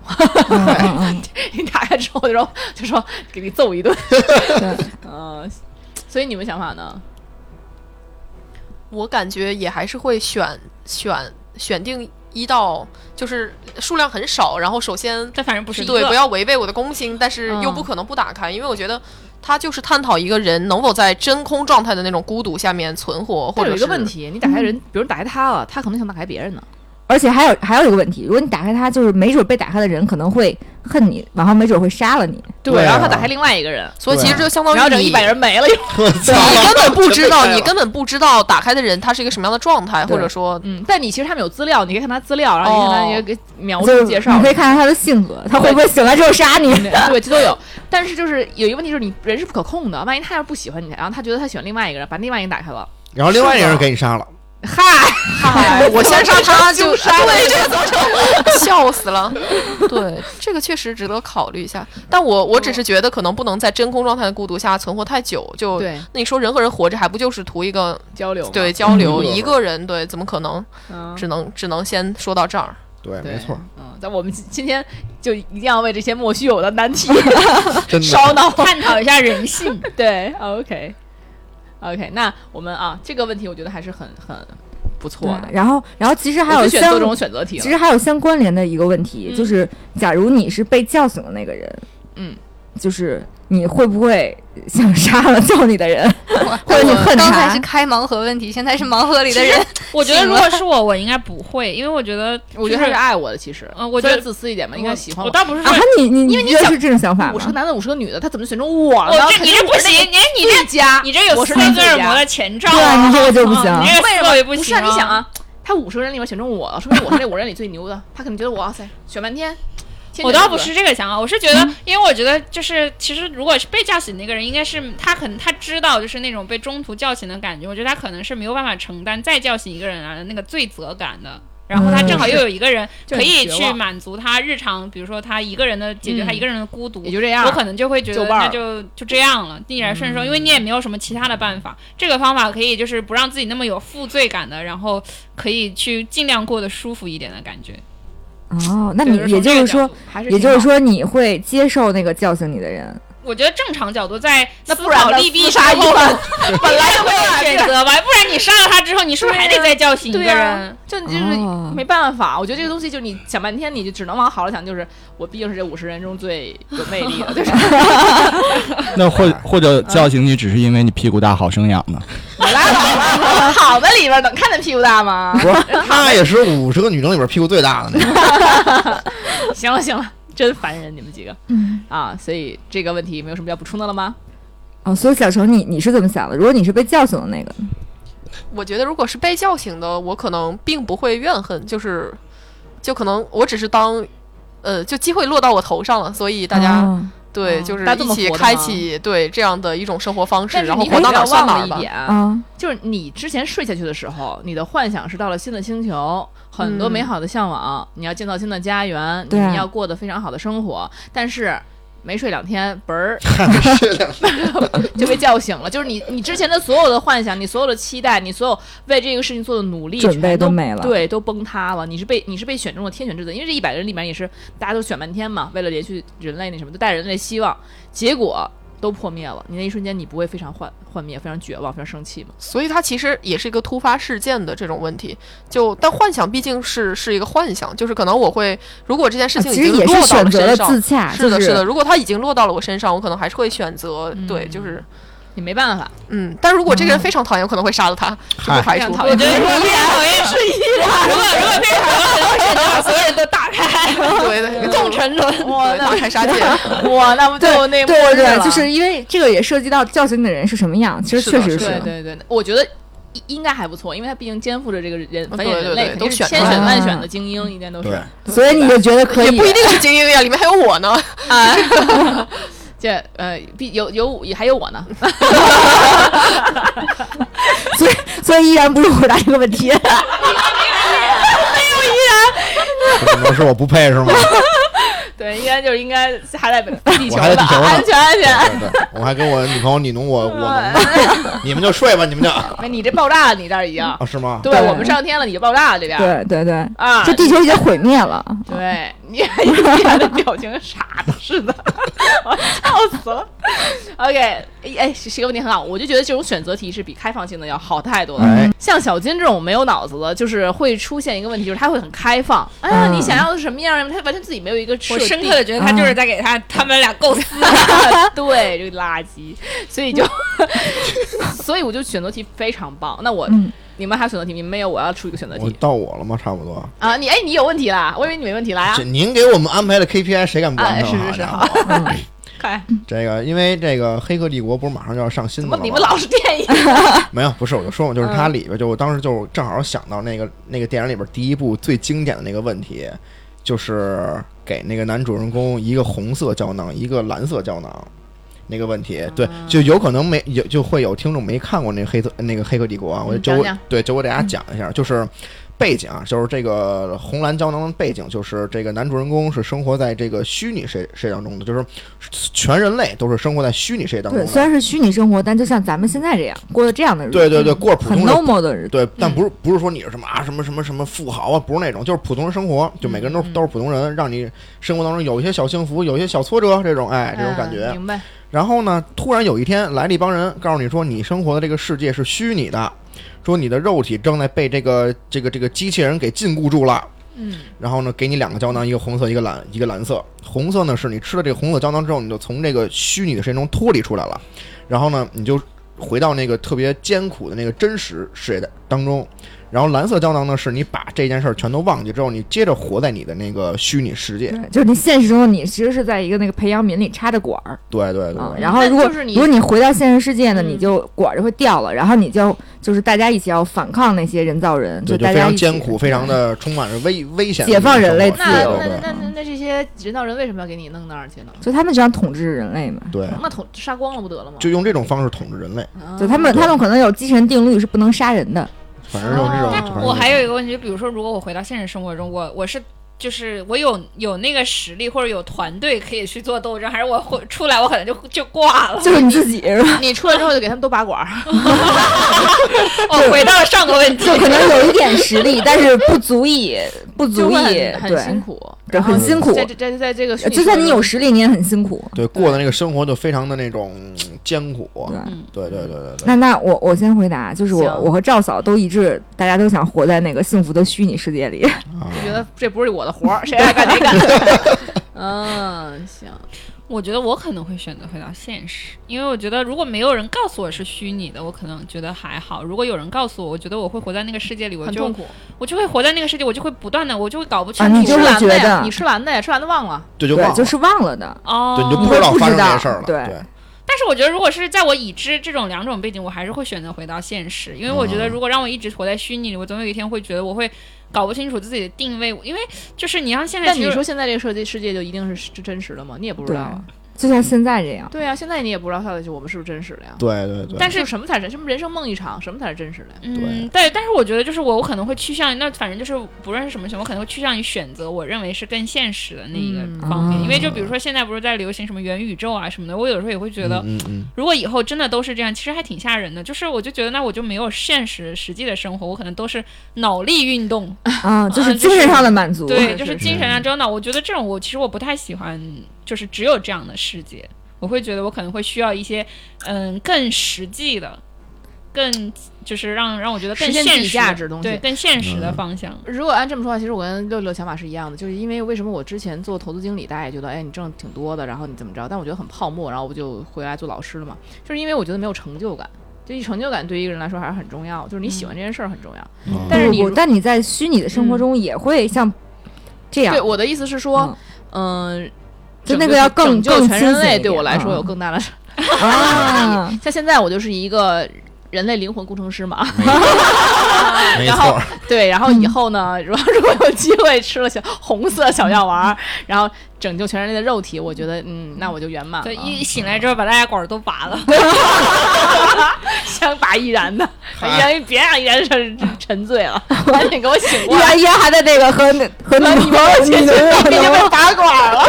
嗯嗯嗯
你打开之后就说就说给你揍一顿。
对
嗯，所以你们想法呢？
我感觉也还是会选选选定一到，就是数量很少，然后首先
这反正不是一
对，
个
不要违背我的公心，但是又
嗯
不可能不打开，因为我觉得它就是探讨一个人能否在真空状态的那种孤独下面存活，或
但
者
有一个问
是
题，你打
嗯
开人，比如打开他了，他可能想打开别人呢。
而且还有还有一个问题，如果你打开它，就是没准儿被打开的人可能会恨你，然后没准儿会杀了你。啊
对啊
然后他打开另外一个人，
所以
对
其实就相当
然后
于
整
你
一百 人没了。
你根本不知道，
啊真的
你根本不知道打开的人他是一个什么样的状态，
对
或者说，
嗯，但你其实他们有资料，你可以看他资料，然后你看他
哦
也给描
就
述
是
介绍
你。可以看看他的性格，他会不会醒来之后杀你？
嗯对，这都有，但是就是有一个问题，就是你人是不可控的。万一他要是不喜欢你，然后他觉得他喜欢另外一个人，把另外一个人打开了，
然后另外一个人给你杀了，
嗨，哎
嗨，我先杀他就对，这个怎么 成？笑死 了。对，这个确实值得考虑一下。但我我只是觉得可能不能在真空状态的孤独下存活太久。就
对，
那你说人和人活着还不就是图一个
交流嘛，
对交流？
嗯
一个人对，怎么可能？
嗯，
只能只能先说到这儿。
对，
对
没错，，
嗯，但我们今今天就一定要为这些哎莫须有的难题
真的。
烧脑。
探讨一下人性。
对，OK，OK，、那我们啊，这个问题我觉得还是很很不错的。
然后，然后其实还
我
有
就选择
相
这种选择题了，
其实还有相关联的一个问题，
嗯
就是假如你是被叫醒的那个人，
嗯，
就是你会不会想杀了叫你的人， 或者你恨
刚才是
他？
开盲盒问题，现在是盲盒里的人。
我觉得如果 是我，我应该不会，因为我觉得、
我觉得他是爱我的，其实，
呃我
虽然
觉得
自私一点嘛，应该喜欢
我。我倒不是说
啊，你你
因为你
觉得
想
是这种想法
五十
吗
个？男的，五十个女的，他怎么选中我呢？
我哦这你这不行，你你这
一家，
你这有
我
斯
是
德
那
哥尔
最
摩
佳
的前兆
对啊，
啊！
你这个就不行。
你这个思维不
不是
行、
啊，你想，啊，他五十个人里面选中我了，说明我是这五人里最牛的，他可能觉得哇塞，选半天。天选
我倒
之
不
子
是这个想嗯法，我是觉得，因为我觉得就是，其实如果是被叫醒那个人，应该是他可能他知道就是那种被中途叫醒的感觉，我觉得他可能是没有办法承担再叫醒一个人啊那个罪责感的。然后他正好又有一个人
嗯 就
可
很
以
绝
去
望嗯
满足他日常，比如说他一个人的解决他一个人的孤独，
也就这样，
我可能就会觉得
就伴儿嗯
那就就这样了，逆来顺受，因为你也没有什么其他的办法。这个方法可以就是不让自己那么有负罪感的，然后可以去尽量过得舒服一点的感觉。
哦，那你
就是从
也就
这
是
个角
说
度，
还是
也
挺
就是
好，
说你会接受那个叫醒你的人。
我觉得正常角度在
那
思
不然
考
呢
利弊
自
之
杀一
后，
半 本来就
会 有选择吧，不然你杀了他之后，你是不是还得再叫醒一个
对啊呀
人？，
就你就是
哦
没办法，我觉得这个东西就是你想半天，你就只能往好了想，就是我毕竟是这五十人中最有魅力的，就是
那或或者叫醒你，只是因为你屁股大好生养呢？
你拉倒吧，好的里边能看见屁股大吗？
不是，他也是五十个女生里边屁股最大的那个。
行了行了，真烦人你们几个，啊，所以这个问题没有什么要补充的了吗？
哦，所以小程，你你是怎么想的？如果你是被叫醒的那个，
我觉得如果是被叫醒的，我可能并不会怨恨，就是就可能我只是当。呃，就机会落到我头上了，所以大家、
哦
对
哦
就是
大家这
一
么
起
活的
开
吗
启对这样的一种生活方式，
但是
然后
你
活
可
到
能
哪儿
要
算
忘
哪儿
了
吧
一。点，
啊，
就是你之前睡下去的时候，你的幻想是到了新的星球，很多
嗯
美好的向往，你要建造新的家园，
对
你要过得非常好的生活，但是。没睡两天，嘣儿就被叫醒了。就是你，你之前的所有的幻想，你所有的期待，你所有为这个事情做的努力，
准备
全都
都没了
对，都崩塌了。你是被你是被选中了天选之子，因为这一百个人里面也是大家都选半天嘛，为了延续人类那什么，就带人类希望，结果都破灭了。你那一瞬间，你不会非常幻幻灭，非常绝望，非常生气吗？
所以它其实也是一个突发事件的这种问题。就但幻想毕竟是是一个幻想，就是可能我会，如果这件事情已
啊其实
经
也是
落到
选
了
择
身
了
上，
自洽，
是的，
就是
的。如果它已经落到了我身上，我可能还是会选择、对，就是
嗯你没办法，
嗯。但如果这个人非常讨厌，我可能会杀了他，就不
嗨
排
非常
除。
讨厌
对，如果被讨厌是一， 如果如果被讨厌，可能会选择把所有人都打开，
对对，
众沉 沦。
哇
对打开杀戒。
哇，那不就那末
对
日
对，
了
就是因为这个也涉及到叫醒你的人是什么样，其实
是
确
的
实
是
对对对，我觉得应应该还不错，因为他毕竟肩负着这个人繁衍
嗯
人
对对
类，
对
肯
都
定是
选啊
千
出来
选
了
万选的精英，应该都是
对。
所以你就觉得可
也
以
不一定是精英呀，里面还有我 呢。
啊。 这呃，必有有也还有我呢， 哎
啊 所以所以依然不是回答这个问题。
可能是我不配是吗？
对，应该就是应该还在地球
我还在
的
地球呢
安全安全。嗯
对对，我还跟我女朋友你侬我我侬， 你们就睡吧，你们就啊
没，你这爆炸了，你这儿一样。
是吗？
对我们上天了，你就爆炸了这边。
对对对，
啊，
这地球已经毁灭了。
对你你看的表情傻的似 的， 我笑死了。OK，哎哎，谁个问题很好，我就觉得这种选择题是比开放性的要好太多了。
哎，
像小金这种没有脑子的，就是会出现一个问题，就是他会很开放。哎呀，
嗯
你想要的是什么样儿？他完全自己没有一个设
我
定。
深刻的觉得他就是在给他他们俩构思。
对，这个垃圾，所以就， 所以我就选择题非常棒。那我，
嗯
你们还有选择题，你们没有，我要出一个选择
我
题
到我了吗？差不多。
啊！你哎，你有问题啦？我以为你没问题，来啊
这，您给我们安排的 KPI 谁敢不安排？
哎是是是
好家伙
快，
这个因为这个《黑客帝国》不是马上就要上新
怎
的了吗？
么你们老是电影？
没有，不是，我就说嘛，就是它
嗯
里边就我当时就正好想到那个那个电影里边第一部最经典的那个问题，就是给那个男主人公一个红色胶囊，一个蓝色胶囊。那个问
啊
题，对，就有可能没有，就会有听众没看过那黑色那个《黑客帝国》啊，我
嗯
就
讲
我
讲嗯
对，就我给大家讲一下，就是背景啊，就是这个红蓝胶囊的背景，就是这个男主人公是生活在这个虚拟世世界当中的，就是全人类都是生活在虚拟世界当中
对，
的，
虽然是虚拟生活，但就像咱们现在这样过的这样的日子，嗯
对对对，过着普通
很
的
normal 的日嗯子。
对，但不是不是说你是什么啊什么什么什么富豪啊，不是那种，就是普通人生活，就每个人
嗯
都、都是普通人，让你生活当中有一些小幸福，有一些小挫折，这种哎这种感 觉。
嗯明白？
然后呢，突然有一天来了一帮人，告诉你说你生活的这个世界是虚拟的，说你的肉体正在被这个这个这个机器人给禁锢住了。
嗯，
然后呢，给你两个胶囊，一个红色，一个蓝，一个蓝色。红色呢，是你吃了这个红色胶囊之后，你就从这个虚拟的世界中脱离出来了。然后呢，你就回到那个特别艰苦的那个真实世界当中。然后蓝色胶囊呢，是你把这件事儿全都忘记之后，你接着活在你的那个虚拟世界。
对，就是你现实中的你其实是在一个那个培养皿里插着管儿
对对对
啊，
对，
然后如果
就是你
如果你回到现实世界呢，
嗯
你就管儿就会掉了，然后你就就是大家一起要反抗那些人造人，
对，就
大
非
家
常
一起
艰苦，非常的充满着危危险的
解
那种
放
生活。
人类自
那
由
对
的
对
那那那那这些人造人为什么要给你弄那儿去呢？
就他们只想统治人类嘛，
对，对
那统杀光了不得了吗？
就用这种方式统治人类，
啊
就他们他们可能有精神定律是不能杀人的，
反正用这
啊
种。
哦
反正
我
用这
还
种
有一个问题，比如说，如果我回到现实生活中，我我是就是我有有那个实力或者有团队可以去做斗争，还是我会出来我可能就就挂了？
就是你自己是吧？
你出来之后就给他们都拔管儿，
我回到了上个问题
就，可能有一点实 力，但是不足以不
就
足
会
以
很很辛
对
苦，
对很辛苦
在，这在在这个虚拟
就算你有
世
实力你也很辛苦。
对过的那个生活就非常的那种嗯艰苦。
对，
对对对对对。
那那我我先回答，就是我
行
我和赵嫂都一致，大家都想活在那个幸福的虚拟世界 里。
啊
界中，觉得这不是我的活儿，谁爱干谁 干。 嗯，行，
我觉得我可能会选择回到现实， 因为我觉得如果没有人告诉我是虚拟的，我可能觉得还好；如果有人告诉我，我觉得我会活在那个世界里，我
很痛
就
苦。
我就会活在那个世界，我就会不断的，我就会搞不清
啊
楚
你就
吃
会
完
觉
的呀
得
你吃完的呀，吃完的忘了。
对，就忘
对，
了，
就是忘了的。
哦，
对，你就
你
不
会
知道
不
发
知
生这
道
件事儿了。
对
但是我觉得，如果是在我已知这种两种背景，我还是会选择回到现实，因为我觉得，
嗯
如果让我一直活在虚拟里，我总有一天会觉得我会搞不清楚自己的定位，因为就是你像现在
但
其实，
你说现在这个设计世界就一定是是真实的吗？你也不知道啊。
就像现在这样，
对啊呀，现在你也不知道到底是我们是不是真实的呀？
对对对对，
但是什么才是什么人生梦一场，什么才是真实的呀？
嗯，对，但是我觉得就是我，我可能会趋向于那，反正就是不论是什么情况，我可能会趋向于选择我认为是更现实的那一个
嗯
方面，
啊
因为就比如说现在不是在流行什么元宇宙啊什么的，我有时候也会觉得，
嗯嗯嗯，
如果以后真的都是这样，其实还挺吓人的。就是我就觉得，那我就没有现实实际的生活，我可能都是脑力运动，
啊，就是
嗯
精
就是
神上的满足。
对，就是
是
精神上真的，我觉得这种我其实我不太喜欢，就是只有这样的世界，我会觉得我可能会需要一些嗯更实际的，更就是让让我觉得呃更
实现
现
自己
实
价
的
值的东西
对更现实
嗯
嗯
的方向。
如果按这么说的话，其实我跟六六想法是一样的，就是因为为什么我之前做投资经理，大家也觉得，哎，你挣的挺多的，然后你怎么着？但我觉得很泡沫，然后我就回来做老师了嘛，就是因为我觉得没有成就感。就一成就感对于一个人来说还是很重要，就是你喜欢这件事儿很重要。
嗯
但是你
不
如
但你在虚拟的生活中也会像这样
对，我的意思是说，嗯，
啊就
拯
那
救
个要更
拯救
更
全
清
人
醒一
类，
点
对我来说
嗯
有更大的。
啊，
像现在我就是一个人类灵魂工程 师嘛。
没
然
错
后，对，然后以后呢， 如果如果有机会吃了小红色小药丸儿，然后拯救全人类的肉体，我觉得嗯，那我就圆满
对，
了。
一醒来之后把大家管儿都拔 了，
想把依然的，依
哎
然别让依然沉沉 醉了，赶紧给我醒过
依
来。
然依然还在这个和那和女朋友女朋友
已经被拔管 了。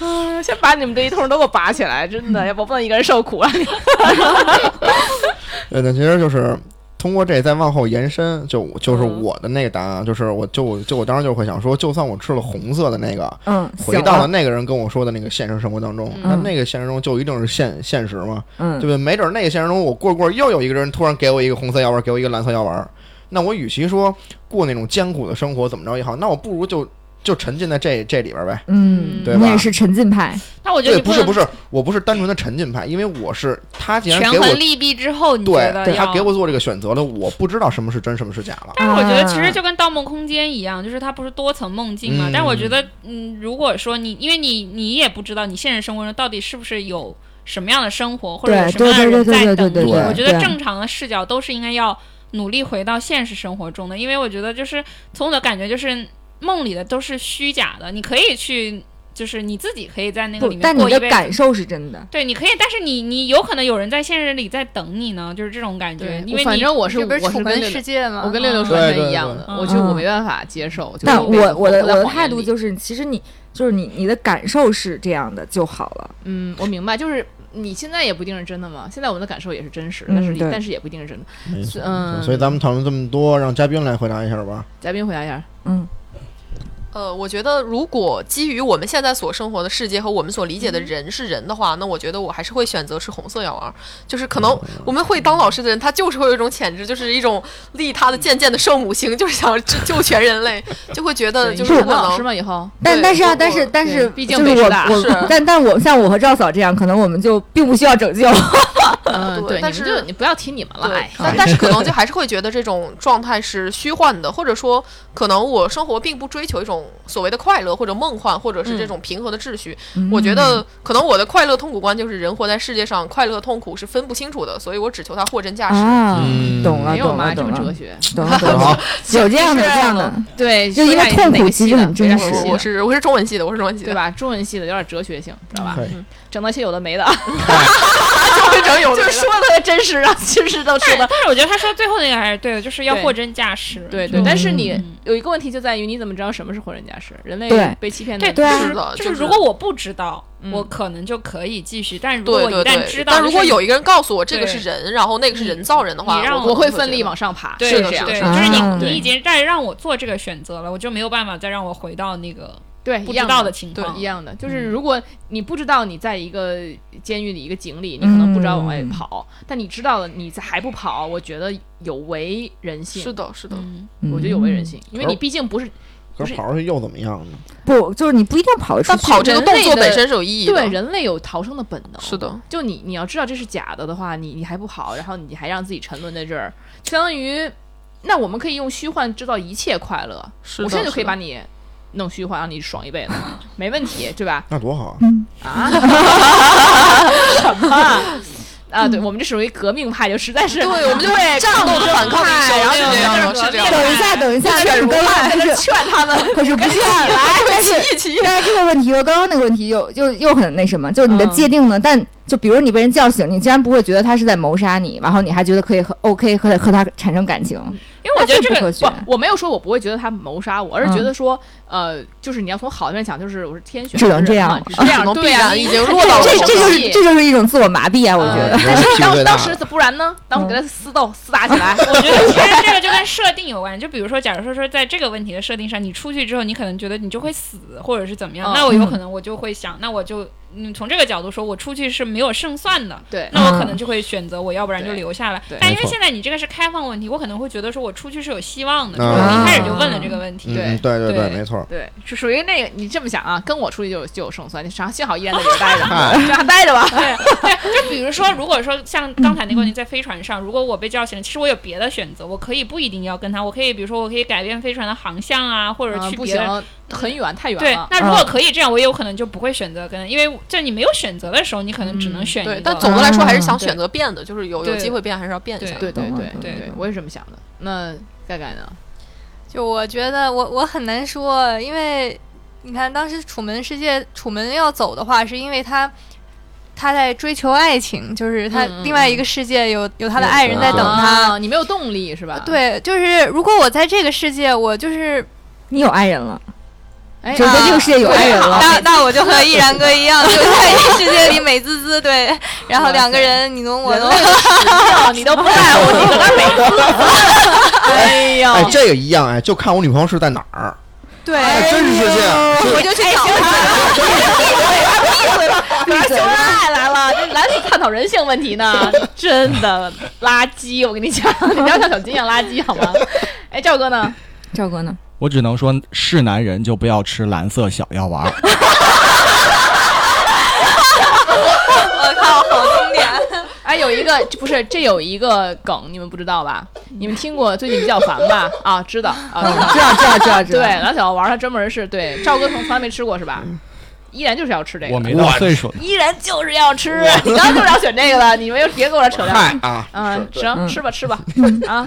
嗯，先把你们这一通都给我拔起来，真的，要不我不能一个人受苦了。啊
对呃对，其实就是通过这再往后延伸，就就是
嗯
我的那个答案，啊就是我就我就我当时就会想说，就算我吃了红色的那个，
嗯，
回
醒
到了
了，
那个人跟我说的那个现实生活当中，那、
嗯
那个现实中就一定是现现实嘛，对
嗯
不，对？没准那个现实中我过着过着又有一个人突然给我一个红色药丸，给我一个蓝色药丸，那我与其说过那种艰苦的生活怎么着也好，那我不如就就沉浸在这这里边呗。
嗯，
对吧
你也是沉浸派，
那我觉
对，
得你
不是
能
不是，我不是单纯的沉浸派，因为我是他既然
权
给我
衡利弊之后，你觉
对
得
他
要
给我做这个选择了，我不知道什么是真什么是假了。
但是我觉得其
啊
实就跟《盗梦空间》一样，就是它不是多层梦境嘛。
嗯
但我觉得，嗯，如果说你，因为你你也不知道你现实生活中到底是不是有什么样的生活，或者有
对
什么
对
样的人
对
在
对对
等
对
你。
对
我觉得
对
正常的视角都是应该要努力回到现实生活中的，因为我觉得就是从我的感觉就是梦里的都是虚假的，你可以去。就是你自己可以在那个
不
里，面
但你
过一
的
辈子，
感受是真的，
对，你可以，但是你你有可能有人在现实里在等你呢，就是这种感觉。因为
反
你
正我是
这不
我
是
是
楚
跟
门
六
世
六，
界吗？
我跟六六是
对
完全
对
一样
对
的，我觉得我
嗯
没办法接受。就是
但
一辈子
我我的我
活在
的
谎
态
言
度
里
就是，其实你就是你你的感受是这样的就好了，
嗯，我明白，就是你现在也不一定是真的嘛。现在我们的感受也是真实的，
嗯
但是也
对
但是也不一定是真的。
没错
嗯，
所以咱们讨论这么多，让嘉宾来回答一下吧。
嘉宾回答一下，
嗯，
呃，我觉得如果基于我们现在所生活的世界和我们所理解的人是人的话，那我觉得我还是会选择吃红色药丸儿。就是可能我们会当老师的人，他就是会有一种潜质，就是一种利他的渐渐的圣母心，就是想救救全人类，就会觉得
对
就
你
是
当
可
老师
能。
嘛，以后
但
对
但是啊，
如
但
果
是但
对
是，
毕竟
就
北师
我
大
我
是
但但我像我和赵嫂这样，可能我们就并不需要拯救，
嗯，
对
对，
但
你
是
们就你不要提你们了，
对
哎，，
但但是可能就还是会觉得这种状态是虚幻的，或者说可能我生活并不追求一种所谓的快乐或者梦幻，或者
嗯
是这种平和的秩序。我觉得可能我的快乐痛苦观就是人活在世界上，快乐痛苦是分不清楚的，所以我只求它货真价实。
啊
嗯，
懂了
没有
懂
嘛
了
这
懂
么
了
哲学，
懂了懂了，有这样的
是
这样的，
对，
就因为
说一下你
痛
是哪
苦
个
其
系
实
的
很真
对
实
我
我
我
是
是我是中文系的，我是中文系的，
对？吧？中文系的有点哲学性，知道吧？
对哎
嗯，整那些有的没的，
非常有
就
的
是说的真实，让其实都说的
但是我觉得他说最后那个还是对的，就是要
对
货真价实。
对
就
对，但是
嗯
你有一个问题就在于，你怎么知道什么是货真价实？人类
对
被欺骗的
对
对啊
就是
的
就
就是是
如果我不知道，
嗯
我可能就可以继续，但如果
对
我
对
一旦知
对，
道，
但如果
就是
有一个人告诉我这个
对
是人，然后那个是人
嗯
造人的话
你，让
我
我会
可能
奋力
觉得
往上爬，
对
是
的嗯
这样，
对，
是
的
就是
啊
你
对
你已经在让我做这个选择了，我就没有办法再让我回到那个
对，
不
一
知
样
道
的
的情况嗯
一。样的，就是如果你不知道你在一个监狱里、一个井里，你可能不知道往外
嗯
跑，但你知道了，你还不跑，我觉得有违人性。
是的，是的，
嗯，
我觉得有违人
嗯
性，因为你毕竟不是
可是
不是
跑出去又怎么样呢？
不就是你不一定跑得出
但
去，
跑这个
人
动
类
作
的
本身是有意义的，哦
对人类有逃生的本能。
是，的，
就你你要知道这是假的的话，你你还不跑，然后你还让自己沉沦在这儿，相当于那我们可以用虚幻制造一切快乐，
是的，
我现在就可以
是的
把你弄虚幻，让你爽一辈子，没问题，对吧？
那多好啊！
嗯
啊， 什么？啊，对，我们这属于革命派，就实在是
嗯对，我们就
对
战斗和反抗的
派
时
然
候
后
是
就
这样的，是这样的。
等一下等一下，
忍
你
不
刚
住
刚
在
可
那
是
劝他们，
可是不是，但是
一起
但是这个问题和刚刚那个问题又又又很那什么，就是你的
嗯
界定呢？但就比如你被人叫醒，你竟然不会觉得他是在谋杀你，然后你还觉得可以和 OK 和和他产生感情，
因为我觉得这
那
个
不科学
不，我没有说我不会觉得他谋杀我，而
嗯
是觉得说，呃，就是你要从好的面讲，就是我是天选之
只
人
能
嘛，
这样
只是这
只
样，
能
对
必
呀，
然
你
已经
看
落到
我
了
这
生
这就是
气
这就是一种自我麻痹啊！我觉
嗯
得，
人性
当
最大
当时不然呢？当时给他撕斗撕打起来，
我觉得其实这个就跟设定有关，就比如说，假如说说在这个问题的设定上，你出去之后，你可能觉得你就会死，或者是怎么样，
嗯
那我有可能我就会想，那我就嗯从这个角度说，我出去是没有胜算的，
对
那我可能就会选择我要不然就留下来
对。
但因为
没错
现在你这个是开放问题，我可能会觉得说我出去是有希望的，就
啊
是我一开始就问了这个问题。
嗯，对对
对
没错。
对，是属于那个你这么想啊，跟我出去就有就有胜算，你啥幸好依然在这儿待着，让他待着吧。
对，就比如说，如果说像刚才那个问题，在飞船上，如果我被叫醒，其实我有别的选择，我可以不一定要跟他，我可以比如说我可以改变飞船的航向啊，或者
嗯
去
不
别的
行，很远太远
对
了，。嗯
那如果可以这样，我也有可能就不会选择跟，因为就你没有选择的时候，你可能只能
嗯
选一
对
个。，嗯
但总的来说还是想
对
选择变的，就是有有
对
机会变还是要变一下。
对对对
懂
对
了
对，我也是这么想的。那盖盖呢？
就我觉得我我很难说，因为你看当时楚门世界，楚门要走的话，是因为他他在追求爱情，就是他
嗯嗯
另外一个世界有、有他的爱人在等
啊
他。
你没有动力是吧？，
对，就是如果我在这个世界，我就是
你有爱人了，
哎，
就是在这个世界有爱人了。
那那我就和毅然哥一样，就在这个世界里美滋滋， 对，然后两个人你侬我侬，
啊你都不在乎，你搁那美滋。哎呦，
哎，这个一样哎，就看我女朋友是在哪儿。
对，
哎，真是这样，
我就去
哎
找他。
哪儿秀恩爱来了？这来是探讨人性问题呢，真的垃圾！我跟你讲，你不要像小金一样垃圾好吗？哎，赵哥呢？
赵哥呢？
我只能说，是男人就不要吃蓝色小药丸儿。
我靠，好经典！
哎，有一个不是，这有一个梗，你们不知道吧？你们听过最近比较烦吧？啊，知道啊，
嗯， 知道知道知道知
对，
道。嗯
蓝小丸儿它专门是对赵哥从从来没吃过是吧？依然就是要吃这
我
个，
没到岁数呢，
依然就是要吃，你刚刚就是要选这个了，你们又别跟我这扯淡。
嗨啊，
嗯，
是
行，
嗯
吃吧吃吧啊。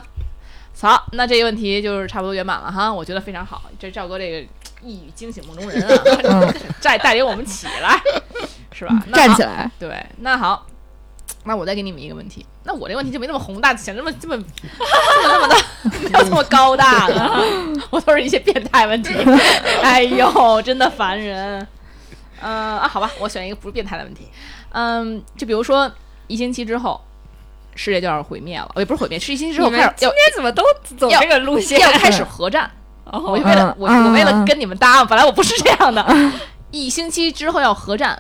好，那这个问题就是差不多圆满了哈，我觉得非常好。这赵哥这个一语惊醒梦中人
嗯
啊，带带领我们起来，是吧？那好
站起来，
对，那好，那我再给你们一个问题。那我这问题就没那么宏大，想这么这么 这么那么的，没有这么高大了。 我都是一些变态问题。 哎呦，真的烦人。嗯、啊，好吧，我选一个不是变态的问题。嗯，就比如说一星期之后，世界就要毁灭了，呃也不是毁灭，是一星期之后
你
开
们
始
今
要
天怎么都走
要
这个路线？
要开始核战。我就为了我
嗯
我为了
嗯
跟你们搭，本来我不是这样的。一星期之后要核战，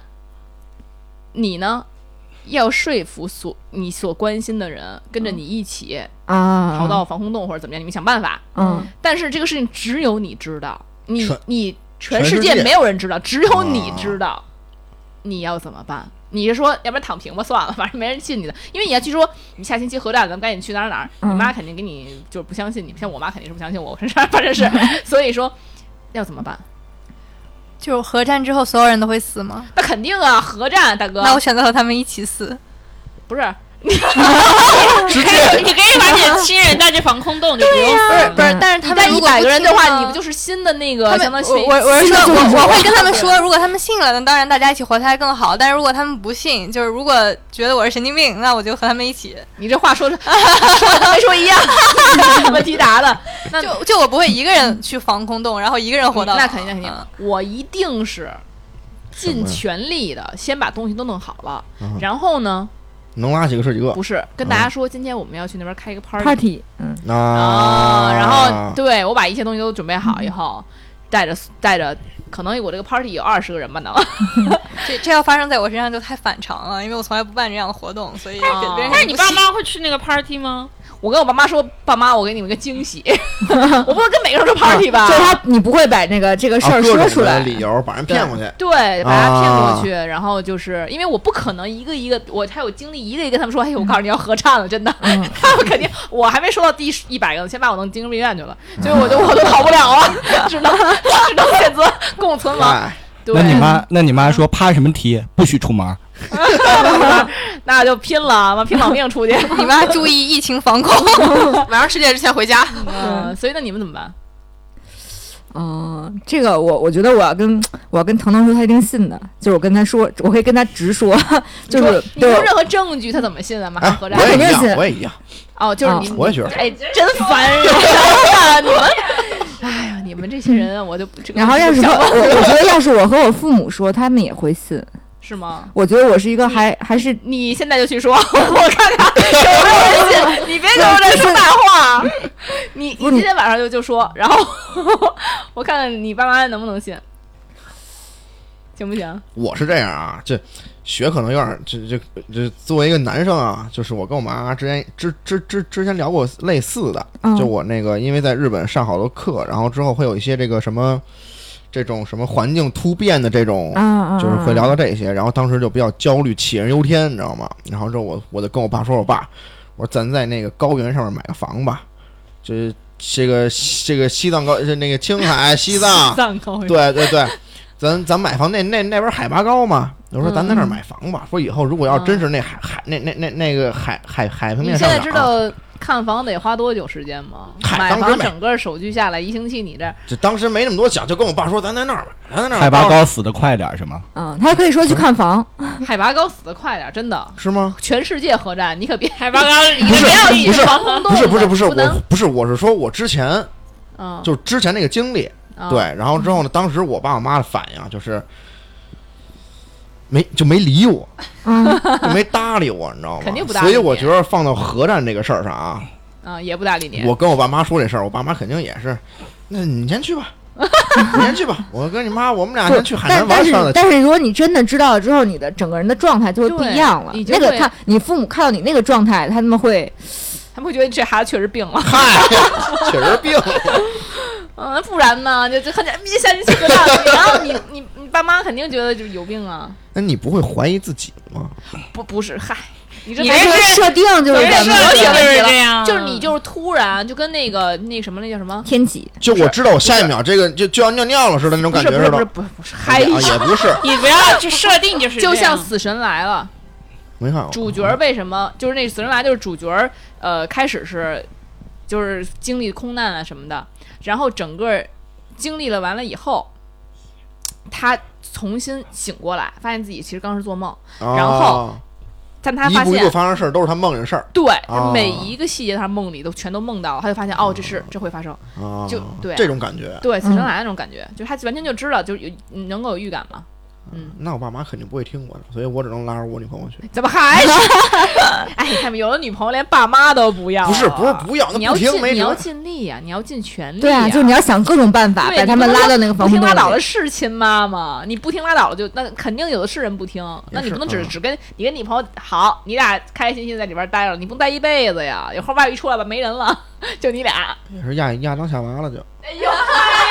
你呢要说服所你所关心的人跟着你一起
啊，
逃到防空洞或者怎么样，你们想办法。
嗯，
但是这个事情只有你知道，你
全
你全
全
世
世
界
界啊
没有人知道，只有你知道，你要怎么办？你是说，要不然躺平吧，算了，反正没人信你的，因为你要去说，你下星期核战，咱们赶紧去哪儿哪儿哪儿，你妈肯定给你就是不相信你，像我妈肯定是不相信我，我身上反正是，所以说要怎么办？
就是核战之后，所有人都会死吗？
那肯定啊，核战，大哥，
那我选择和他们一起死。
不是
直接
你可以把你的嗯亲人带去防空洞，就不用
不是不是
嗯，
但是他们
你带
如
一
果
百
不
个人的
信
话，
呢
你不就是新的那个
他
相当
们
于
我我我是
新
说
的组织
我我会跟他们说，如果他们信了，那当然大家一起活下来更好。但是如果他们不信，就是如果觉得我是神经病，那我就和他们一起。
你这话 说的说的跟没说一样，问题答的。那
就就我不会一个人去防空洞，然后一个人活到
那肯定肯定
嗯，
我一定是尽全力的先把东西都弄好了，然后呢，
能拉几个是几个
不是跟大
嗯
家说今天我们要去那边开一个 party
party，嗯，
啊
啊，然后对我把一切东西都准备好以后，带着带着。可能我这个 party 有二十个人吧，能
这这要发生在我身上就太反常了，因为我从来不办这样的活动，所以
哦
别别人
但是你爸妈会去那个 party 吗？
我跟我爸妈说，爸妈，我给你们个惊喜， 我不能跟每个人说 party 吧？
就是他，你不会把那个这个事
啊
儿
各
说
种
出
的
来，
理由把人骗过去。啊
对，把他骗过去，然后就是因为我不可能一个一个，我还有精力一个一个跟他们说，哎，我告诉你要合唱了，真的， 他们肯定我还没说到第一百个呢，先把我弄精神病院去了，所以我就我都跑不了了， 只能只能选择共存亡。
哎，
对嗯
那，你妈，那你妈说趴什么梯，不许出门儿。
那就拼了，妈拼老命 出去。
你妈注意疫情防 控。
晚上十点之前回家。
嗯，所以那你们怎么办？
嗯，这个我我觉得我要跟我要跟腾腾说，他一定信的，就是我跟他说，我可以跟他直 说，就是
你没
对
有任何证据，他怎么信啊？马上
哎
合战
我也一
肯定是
样，我也一样，
哦，就是你，
啊我也觉得。
哎，真烦人，真的，你们，哎呀，你们这些人，我就不这个
然后要
问
是
题
和
不想问
我，我觉得要是我和我父母说，他们也会信。
是吗？
我觉得我是一个还
嗯
还是
你现在就去说，我看看有没有人信。你别跟我这说大话，你你今天晚上就就说，然后我看看你爸妈能不能信，行不行？
我是这样啊，这雪可能有点，这这这作为一个男生啊，就是我跟我妈之前之之之之前聊过类似的，
嗯
就我那个因为在日本上好多课，然后之后会有一些这个什么这种什么环境突变的这种
啊啊，
就是会聊到这些，然后当时就比较焦虑，杞人忧天，你知道吗？然后之后我我就跟我爸说，我爸，我说咱在那个高原上面买个房吧，这这个这个西藏高，这那个青海、西藏，
藏高原
对对对，咱咱买房那那那边海拔高嘛，我说咱
嗯
在那儿买房吧，说以后如果要真是那海海那那那那个海海海平
你
面
现
上
在
涨
知
啊，
道看房得花多久时间吗？
嗨
买
当时
房
买
整个手续下来一星期，你这
这当时没那么多想，就跟我爸说咱在那儿买，咱在那儿买
海拔高死的快点儿是吗？
嗯，他可以说去看房，
海拔高死得快点，真的，
是吗？
全世界核 战，你可别海
海拔高，你
不是
不要
不是
防空洞
不是不是不是
不能
我不是我是说我之前
嗯，
就是之前那个经历，
啊
对，然后之后呢，当时我爸我妈的反应啊就是没就没理我，
嗯，
就没搭理 我，你知道吗？
肯定不搭理
所
你
以我觉得放到核战这个事儿上啊，
啊，也不搭理你。
我跟我爸妈说这事儿，我爸妈肯定也是，那你先去 吧，你先去吧，我跟你妈我们俩嗯先去海
但
南
但
玩
是
上了。
但是如果你真的知道了之后，你的整个人的状态就会不一样了
对你。就
那个
会
看你父母看到你那个状态，他们会
他们会觉得这孩子确实病了，
嗨，确实病了。
嗯，不然呢，就就很简别下去去核战了。然后你 你你爸妈肯定觉得就是有病啊，
那你不会怀疑自己吗？
不不是，嗨，你这
你
还
这
是
是
设定就是
这
咱们
设
就
定
是
问题了
这样，
就是你就是突然就跟那个那什么那叫什么？
天启，
就我知道我下一秒这个就就要尿尿了似的那种
不
感
是
觉
不是
似
不是
的，
不是不是，
啊
嗨，
也不 是，
你不要去设定就是
就
这样
像《死神来了》。
没看过。
主角儿为什么就是那《死神来了》就是主角儿，呃，开始是就是经历空难啊什么的，然后整个儿经历了完了以后，他重新醒过来，发现自己其实刚是做梦，
啊，
然后但他
一
发
步一
现
步发生事儿都是他梦里的事儿
对、
啊
每一个细节，他梦里都全都梦到了，他就发现哦，这是这会发生，
啊，
就对
这种感觉。嗯
对《死神来了》那种感觉，就是他完全就知道，就是有能够有预感嘛。嗯，
那我爸妈肯定不会听我的，所以我只能拉着我女朋友去。
怎么 还是？哎，你看，有了女朋友连爸妈都不要了。
不是不是不要，
你
那
要
不
尽
听没
你
辙
要。尽力啊呀、你要尽全力、
对啊，就是你要想各种办法
对
把
你
他
不
们
能
拉
说
到那个
不
防空
听
洞
拉倒
里
的。是亲妈妈，你不听拉倒了就那肯定有的是人不听，那你
是
不能只
嗯
只跟你跟你朋友好，你俩开开心心在里边待着，你不能待一辈子呀，有后外遇出来吧没人了， 就你俩。
也是亚亚当夏娃了就。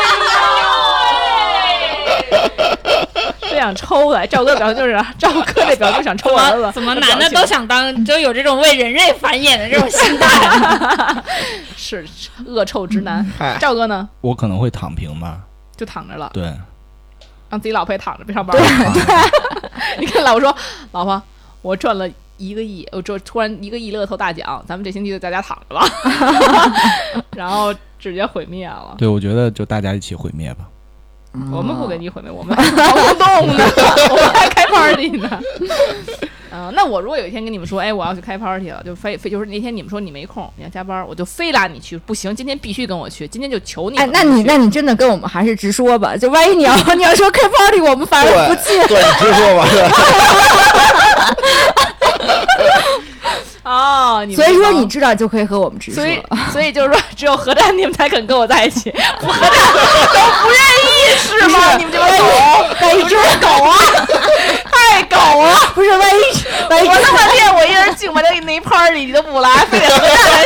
这想抽的，赵哥表情就是赵哥这表情想抽儿子，
怎么
这表
男的
情
都想当，就有这种为人类繁衍的这种心态。
是恶臭直男。
嗯
嗨，
赵哥呢，
我可能会躺平吧，
就躺着了，
对，
让自己老婆也躺着别上班了。 你跟老婆说，老婆，我赚了一个亿，我这突然一个亿乐透大奖，咱们这星期就在家躺着吧， 然后直接毁灭了。
对，我觉得就大家一起毁灭吧。
我们不给你毁灭，我们防空洞呢，我们还开 party 呢。 嗯、那我如果有一天跟你们说，哎，我要去开 party 了，就非非就是那天你们说你没空，你要加班，我就非拉你去，不行，今天必须跟我去，今天就求你
哎
了。，
那你那你真的跟我们还是直说吧，就万一你要 你要说开 party，我们反而不去。
对，你直说吧。
哦，你们
所以说
这帮
你知道就可以和我们直说
所。以，所 以就是说，只有核战你们才肯跟我在一起，我核战都不愿意是吗？你们这帮狗，
万一
你们这帮狗啊，太狗了！
不是万一万一
我他妈练我一人敬吧，那那一 party 你都不来，非得核战来，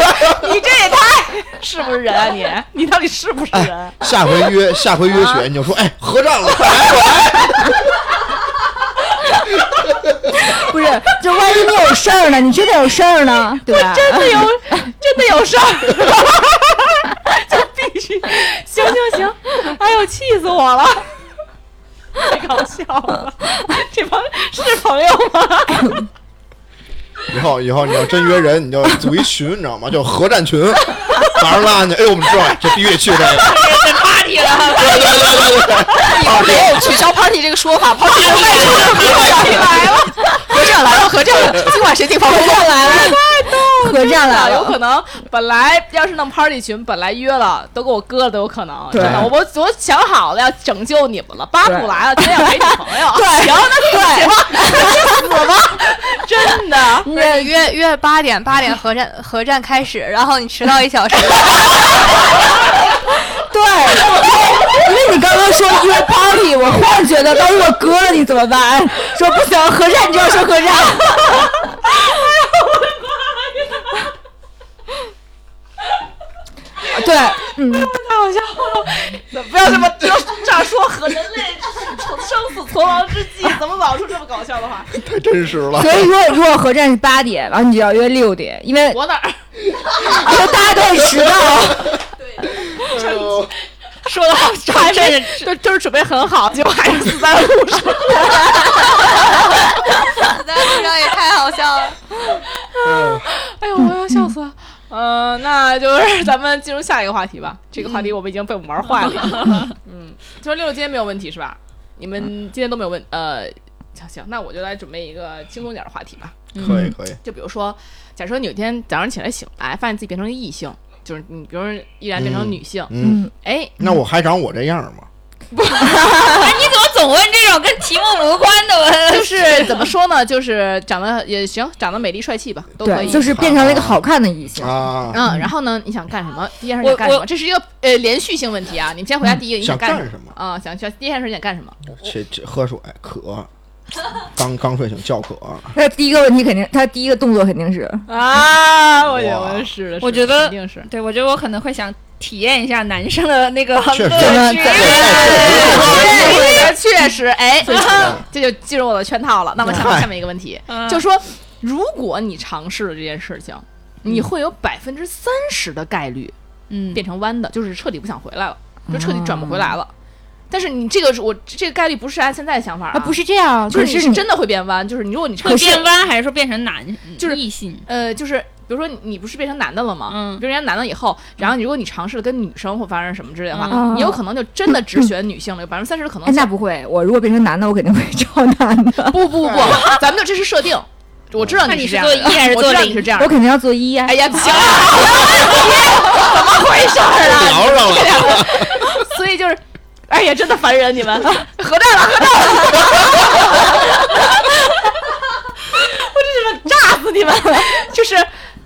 你这也 太是不是人啊你？你到底是不是
哎
人？
下回约下回约雪，你就说哎，合战了，快来
不是，就万一你有事儿呢，你真的有事儿 呢，对吧？
真 的有，真的有事儿， 就必须。行行行，哎呦，气死我了！太搞笑了，这帮是朋友吗？
以后以后你要真约人，你就组一群，你知道吗？就合战群，把人拉进去。哎，我们知道这必须得去这个。
party 了，
对对对对对，
没
哦
有取消 party 这个说法，party 这个说法合战来了，合战来了，今晚谁订房？
合战来了，合战来
有
了，
可能本来要是弄 party 群，本来约了，都给我割了，都有可能。
对
真的，我我我想好了要拯救你们了，巴
对
甫来了，今天要陪女朋友。
对
行，那对吧？那就死吧，真 的。
不是你约约八点，八点核战核战开始，然后你迟到一小时，
对，哎因为你刚刚说约 party，我忽然觉得，万一我割了你怎么办？说不行，合战，你就要说合 战。对，嗯，
太好笑了！不要这么就这样说，和人类生死存亡之际， 怎么老出这么搞笑的话？
太真实了。
所以说如果合战是八点，然后你就要约六点，因为
我哪儿？
因为大家都会迟到。
哎呦
说的好，
还
这
是就就是准备很好，结果还是死在路 上。
死在路上也太好笑了。
哎呦，我要笑死了。嗯、那就是咱们进入下一个话题吧。这个话题我们已经被我们玩坏了。嗯，就是六六今天没有问题是吧？你们今天都没有问，呃，行行，那我就来准备一个轻松点的话题吧。
可以可以，
就比如说，假设你有一天早上起来醒来，发现自己变成了异性，就是你，比如说依然变成女性，
嗯，
哎、
那我还长我这样 吗？
我总问这种跟题目无关 的问
就是怎么说呢？就是长得也行，长得美丽帅气吧，都可
对，
以。
就是变成了一个好看的异性。
啊，
嗯，然后呢，你想干什么？第一件事你干什
我
么？这是一个呃连续性问题啊！你们先回答第一个，你
嗯想
干
干
什
什么？
啊、想去第一件事你想干什么？
这这喝水渴，刚刚睡醒叫渴，
他第一个问题肯定，他第一个动作肯定是
啊，我
觉得哇
是的
我觉得
肯定是。
对，我觉得我可能会想体验一下男生的那个乐趣
确实，
我觉得确实，哎， 这就进入我的圈套了。那么下面
嗨
下面一个问题，
嗯
就说如果你尝试了这件事情，你会有百分之三十的概率
嗯，
变成弯的，就是彻底不想回来了，
哦
就彻底转不回来了。但是你这个是我这个概率不是按现在的想法
啊，不
是，
是这样，
就
可
是你
是
是真的会变弯，就是你如果你
会
尝试
变弯还是说变成男
就是
异性？
呃，就是比如说你你不是变成男的了吗？
嗯
比如人家男的以后，然后你如果你尝试了跟女生或发生什么之类的话，
嗯
你有可能就真的只选女性了，有百分之三十的可能
哎，
性。
那不会，我如果变成男的，我肯定 会找男的，
不不不，咱们就这是设定。我知道
看
你
你
这
是
样
做
的，
一还是
我
做
知道你
零
是？这样
我
的。
肯定要做一呀啊
哎。呀，行了，怎么回事儿啊？
聊上了，
所以就是，哎呀，真的烦人，你们核弹了，核弹了！我真是炸死你们 了！就是，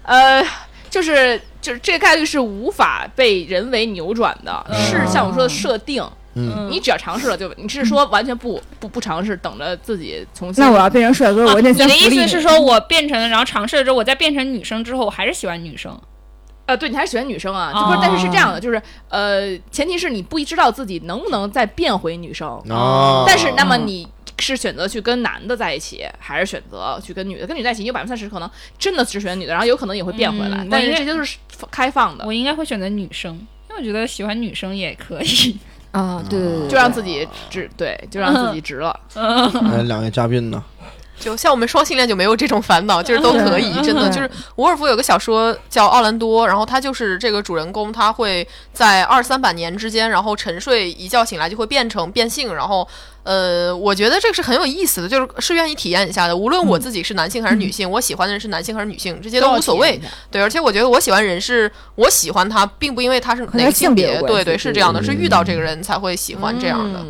呃，就是就是这个概率是无法被人为扭转的，是像我说的设定。
嗯，
你只要尝试了就，你是说完全不不不尝试，等着自己重新？
那我要变成帅哥，我
啊
那
你
先
的
福
意
利
思
你
是 说我变成，然后尝试了之后，我再变成女生之后，我还是喜欢女生？
呃，对，你还是喜欢女生啊，就
哦
不是，但是是这样的，就是呃，前提是你不知道自己能不能再变回女生，
哦，
但是那么你是选择去跟男的在一起，还是选择去跟女的？跟女在一起，你有百分之三十可能真的只选女的，然后有可能也会变回来，
嗯
但
我
是
应
这
该
就是开放的
我，应该会选择女生，因为我觉得喜欢女生也可以。
哦
啊，对对对对，
就让自己直对，就让自己直了。
嗯
嗯
哎两位嘉宾呢？
就像我们双性恋就没有这种烦恼，就是都可以，
对
真的
对
就是伍尔夫有个小说叫《奥兰多》，然后他就是这个主人公，他会在二三百年之间，然后沉睡一觉醒来就会变成变性，然后呃，我觉得这个是很有意思的，就是是愿意体验一下的。无论
嗯
我自己是男性还是女性，我喜欢的人是男性还是女性，这些都无所谓。，对，而且我觉得我喜欢人是我喜欢他，并不因为他是
和
哪
他
个
性
性
别有
别，
关
对
系
对，是这样的，是遇到这个人才会喜
喜
欢这样
嗯
的。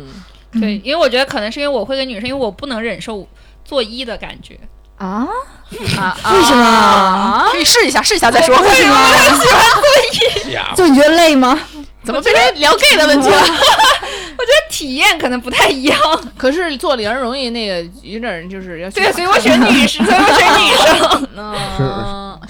对，
嗯
因为我觉得可能是因为我会跟女生，因为我不能忍受做一的感觉。
啊，
啊？
为什么
啊？
可以试一下，试一下再说。
为什么？
啊
就你觉得累吗？
怎么变成聊 gay 的 问题了？
我觉得体验可能不太一样，
可是做零容易那个有点就是要
对，所以我选女生，所以我选女 生。
嗯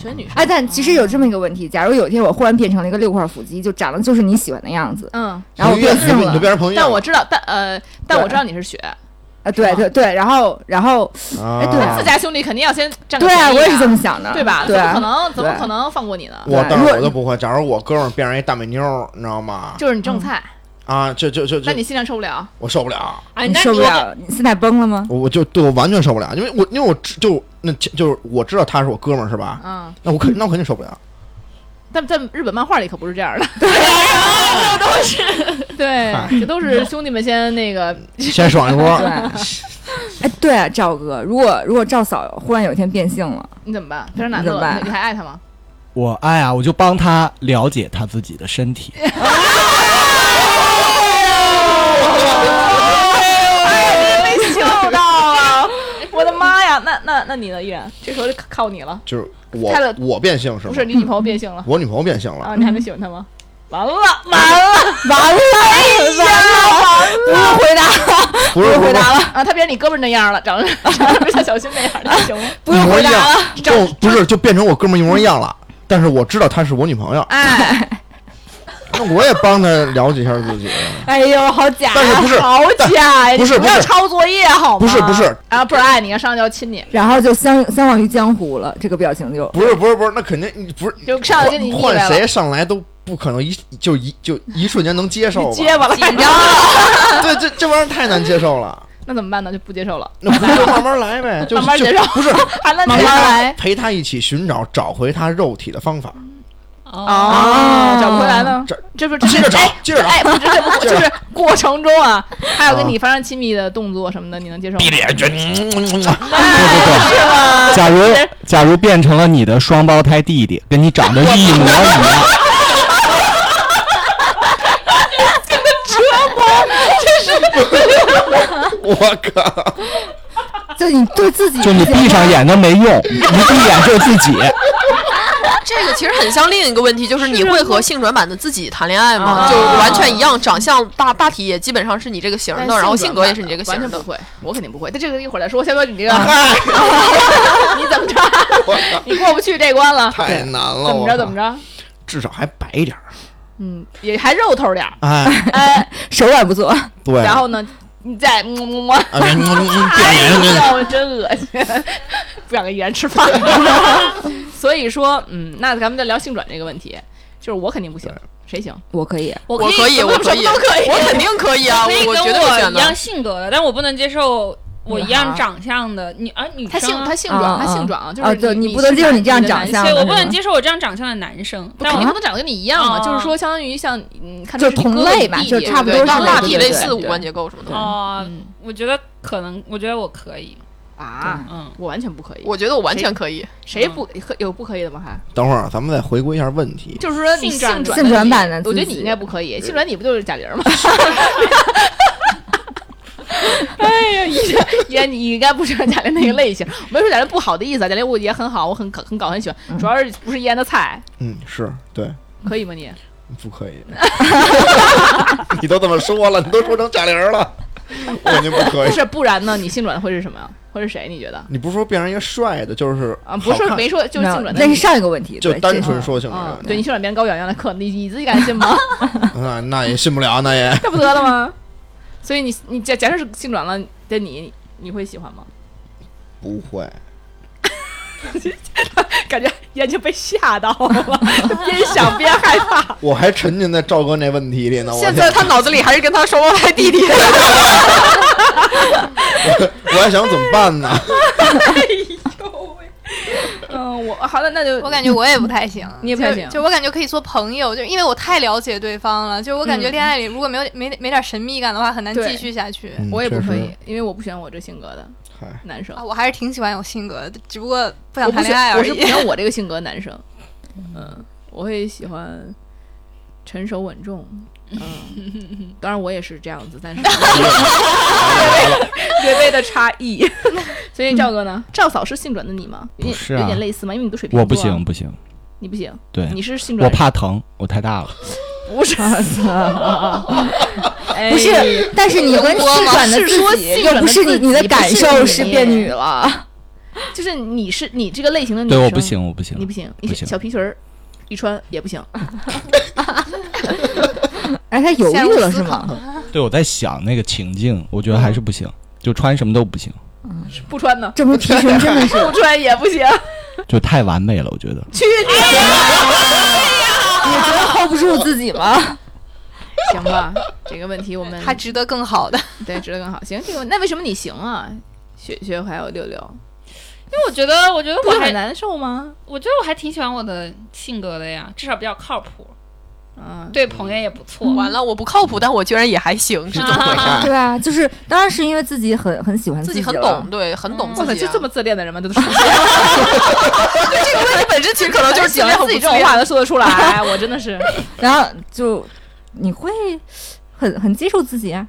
选女生
哎，但其实有这么一个问题，假如有一天我忽然变成了一个六块腹肌，就长得就是你喜欢的样子，
嗯。
然后我
你就
变
变
性
你就
了
变成朋友，
但我知道，但呃，但我知道你是雪，
啊，对对对，然后然后
啊，
哎 对啊
自家兄弟肯定要先占个
对啊，
便宜
我也是这么想的，
对吧？
对
怎么
啊，
可能？怎么
对
可能放过你呢？
我
对
当
如
然
果
我都不会。假如我哥们儿变成一大美妞儿，你知道吗？
就是你正菜，
啊，这这这
那
这
你，心凉受不了。
我受不了，
啊，
哎你
那
受不
你
了，你现在崩了吗？
我我就对我完全受不了，因为我因为我知就那就是我知道他是我哥们儿是吧？
嗯，
那我肯那我肯定受不了，
但在日本漫画里可不是这 样的，对，这都是兄弟们先那个，
先爽一波，
对， 哎，对啊，赵哥，如果如果赵嫂忽然有一天变性了，
你怎么办？变成男
你
的
怎么
了，
办
你还爱他吗？
我
哎
爱啊，我就帮他了解他自己的身 体。
哎，被秀到 了，我的妈呀！那那那你呢？依然，这时候就靠你了，
就是我
开了
我变性是
不
吗？
是你女朋友变性了
我女朋友变性
啊？
了，
你还没喜欢她吗？完了，完了哎
完了，完了，不用回答了，
不是
我回答
了，
啊！她变成你哥们儿那样了，长得 长得像小勋那样的，行吗？
不是一模一样，就不是就变成我哥们儿一模一样了。但是我知道她是我女朋友，
哎
那我也帮她了解一下自 己。啊
哎呦，好假
但是不是
好假呀！
不是
你不要
不是
抄作业好吗？
不是不是
啊，不然爱你，上来就要亲你，
然后就相相忘于江湖了，这个表情就
不是不是不是，那肯定你不是
就上来就你腻
换
歪
换
了。
谁上来都不可能一就一就一瞬间能接受吧？
结巴了，紧张
对，这这玩意儿太难接受 了。
那怎么办呢？就不接受了，
那不就慢慢来呗，就
慢慢
就
接受
不是
还能
陪
接
他
下来
陪他一起寻找找回他肉体的方法，
哦，
啊
找不回来呢
这。
这不
接
这
着
是
找
哎，
接着找
哎，不是这不
接
就
着
是过程中啊，他要跟
啊
你发生亲密的动作什么的，你能接受吗？
闭着眼
嗯
睛，
是吗？
假如假如变成了你的双胞胎弟弟，跟你长得一模一 样，
我靠！
就你对自己
就你闭上眼都没用，你闭眼就自己。
这个其实很像另一个问题，就是你会和性转版的自己谈恋爱吗？就完全一样，长相大大体也基本上是你这个型儿的，然后性格也是你这个型
哎完
儿
全
的
不。会，我肯定不会。但这个一会儿再说，先说你这个， 你怎 么着？你过不去这关了？
太难了，
怎么着？
我靠
怎么？着？
至少还白一点儿。
嗯，也还肉头点儿。
哎，
哎，
手软不做，
对。
然后呢，你再么么么，
啊，别别别
哎
别别别！
呦，真恶心，不想跟怡然吃饭。 所以说，嗯，那咱们再聊性转这个问题，就是我肯定不行，谁行？
我可以。
我
我可以，我可以，我肯定可以啊！
可以
我
跟
绝对
我
选
一
的
样。性格的，但我不能接受我一
女
样
孩
长相的女而女生啊。
他性他性
啊
转，他
啊
性转啊，就
啊
是
对
你
你不能接受你这样
的
长
男
相
对，
的
我
是
不能
吗
接受我这样长相的男生，
不
但
肯定
我
不能长得跟你一样嘛，
哦
就是说相 当于像嗯，看
就是同类吧
嘛，
就差不
对，
多
大
是
大
类
体
对
类
对
似
对
五官结构什么的。
哦、
嗯
我觉得可能，我觉得我可以，
啊，
嗯，
我完全不可以，
我觉得我完全可以。嗯
谁不可有不可以的吗？还
等会儿咱们再回归一下问题。
就是说你
性转
转
性
性
转版的
我觉得
自
你
己
应该不可以，性转你不就是贾玲 吗？哎呀，依然依然你应该不是贾玲那个类型，我没说贾玲不好的意思啊，贾玲我也很好，我很搞很搞很喜欢，主要是不是依然的菜，
嗯，是对，
可以吗你？
不可以。 你都这么说了，你都说成贾玲了， 我肯定不可
不
以。
是，不然呢？你性转的会是什么呀？会是谁？你觉得？
你不是说变成一个帅的，就是
啊，不
好
是
看
没说，就是
没有
性转的
那是上一个问题，
就
对
单
这
纯说性
啊，
格，
对你性转变高原原来可你你自己敢信吗？
那啊那也信不了，那也
这不得了吗？ 所以你你假假设是性转了的你，你会喜欢吗？
不会。
感觉眼睛被吓到 了，边想边害怕。
我还沉浸在赵哥那问题里呢，我
现在他脑子里还是跟他双胞胎弟弟。
哎
我还想怎么办呢？
嗯，我好了，那就
我感觉我也不太行，
你也不太行
就就我感觉可以做朋友，就因为我太了解对方了。就我感觉
嗯
恋爱里如果没有没没点神秘感的话，很难
对
继续下去。
嗯
我也不可。
确
以
实，
因为我不喜欢我这性格的
嗨，
男生
啊，。我还是挺喜欢有性格的，只不过不想
我不
谈
喜
恋爱
我
而
是不
已。
喜欢我这 个性格的男生。嗯，我会喜欢成熟稳重。嗯，当然我也是这样子，但 是略微略微的差异。 所以赵哥呢？赵嫂是性转的你吗？有点
不是啊
有点类似吗？因为你都水瓶座，
我不行，不行，
你不行，
对
你是性
我
转，
怕疼，我太大了。
不是， 哎
不是，但是你跟试转的
是说
自己
性
又
转
不
的
是你，
自
你的
己
感
不是
受
你
是变女了。
就是你是你这个类型的女
对，
生，
我不，行，我不行
你。不行，你
不行
小皮裙儿一穿也不行。
哎，他犹
陷
豫
入
了
思
是
考
吗？
对，我在想那个情境，我觉得还是不行，就穿什么都不行，
不穿呢，
这不提纯真的是
不穿也不行。
就太完美了，我觉得。
去
哎你觉得 hold 不住自己吗？
你！ 行吧，这个问题我们
还值得更好的。
对值得更好。行，这个那为什么你行啊？雪雪还有六六，
因为我觉得，我觉得
不
我
是很
还，
难受吗？
我觉得我还挺喜欢我的性格的呀，至少比较靠谱，
嗯，
对朋友也不错。
完了，我不靠谱，但我居然也还行，是
这怎么回事？
对啊，就是当然是因为自己很很喜欢
自己
己
很
了
懂，，对，很懂自
哇塞，
己
就
啊。
这么自恋的人吗？这都是
这个问题本身其实可能就是
喜欢自己这种话都说得出来，我真的是。
然后就你会很很接受自己啊。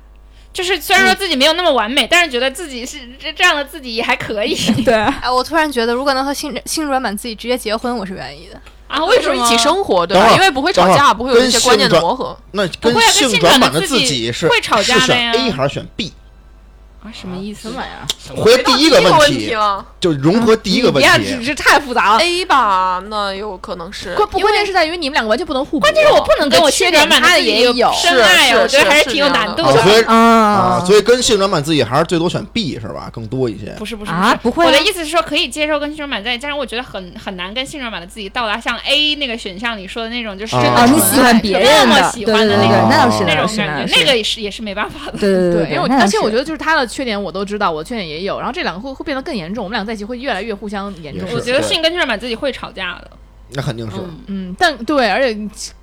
就是虽然说自己没有那么完美，但是觉得自己是这这样的自己也还可以
对啊，
哎，我突然觉得，如果能和性性转版自己直接结婚，我是愿意的。
啊。
为
为
什
什
么
么
一起？生
哦
活，对
等
吧？
会儿
因为不会吵
等会
架，
儿
不会有一些
跟
观念的
性转
磨合。
那
不
跟
会啊跟
性
性
转
转
版
的
自
自己
己是
会吵架
是
的
选
呀
A 还是选 B？
啊，什么意思？
什么玩意儿？
回到第一个
问
问
题
题，
了
就融合第一个问
你呀，这
题。
这太复杂了。
，A 吧，那有可能是。
关不关键是在于你们两个完全不能互补。关
这是我不能跟我
缺
缺
点
点
他的
满的
也有
深爱
是
啊，我觉
是
得还
是
是挺有
这样
难
的
度
啊，所以
啊
啊，所以跟性转版自己还是最多选 B 是吧？更多一些。
不是不是
啊，不会啊
我的意思是说，可以接受跟性转版在一起，但是我觉得很很难跟性转版的自己到达像 A 那个选项里说的那种，就是真的
啊
哦，
纯
你喜欢别
爱
人
是那
的
么，喜
对
欢
对
的
对
那
对，
种
那倒是，那
那
倒
种
是，那
感
倒
觉，那
是，
个也是也是没办法的。
对对
对，因
对，
为我
那倒
而且
是
我觉得就是他的缺点我都知道，我缺点也有，然后这两个会会变得更严重，我们俩在一起会越来越互相严重
也。是
我觉得
对
性跟性转版自己会吵架的，
那肯定是。
嗯，
嗯，但对，而且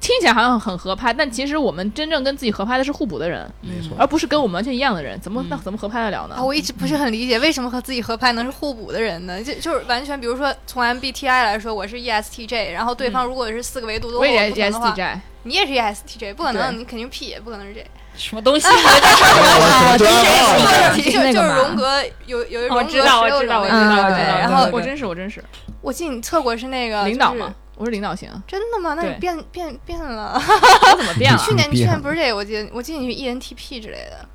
听起来好像很合拍，但其实我们真正跟自己合拍的是互补的人，
嗯没错
而不是跟我们完全一样的人，怎么那怎么合拍得了呢
啊，？我一直不是很理解为什么和自己合拍能是互补的人呢？就就是完全，比如说从 MBTI 来说，我是 E ESTJ，然后对方如果是四个维度都
嗯我
和我
也 E
不
S
同的
T
话，
J，
你也是 E ESTJ，不可
对
能，你肯定 P 也不可能是 J。
什么东西？
啊，
对啊
就
就是是那
就
个
是荣
嘛，
格有有一
哦
荣格十
知道
六
我知道
种
我
维
知
度，
道我知
对，
道
然
我
后
知道
我真是我真是
我记得你测过是那个
领导
就是
嘛，我是领导型，
真的吗？那你
对
变变变了？
我怎么变了？
去年你去
变
年
了
不是这个？我记得我记得你是 E ENTP 之类的。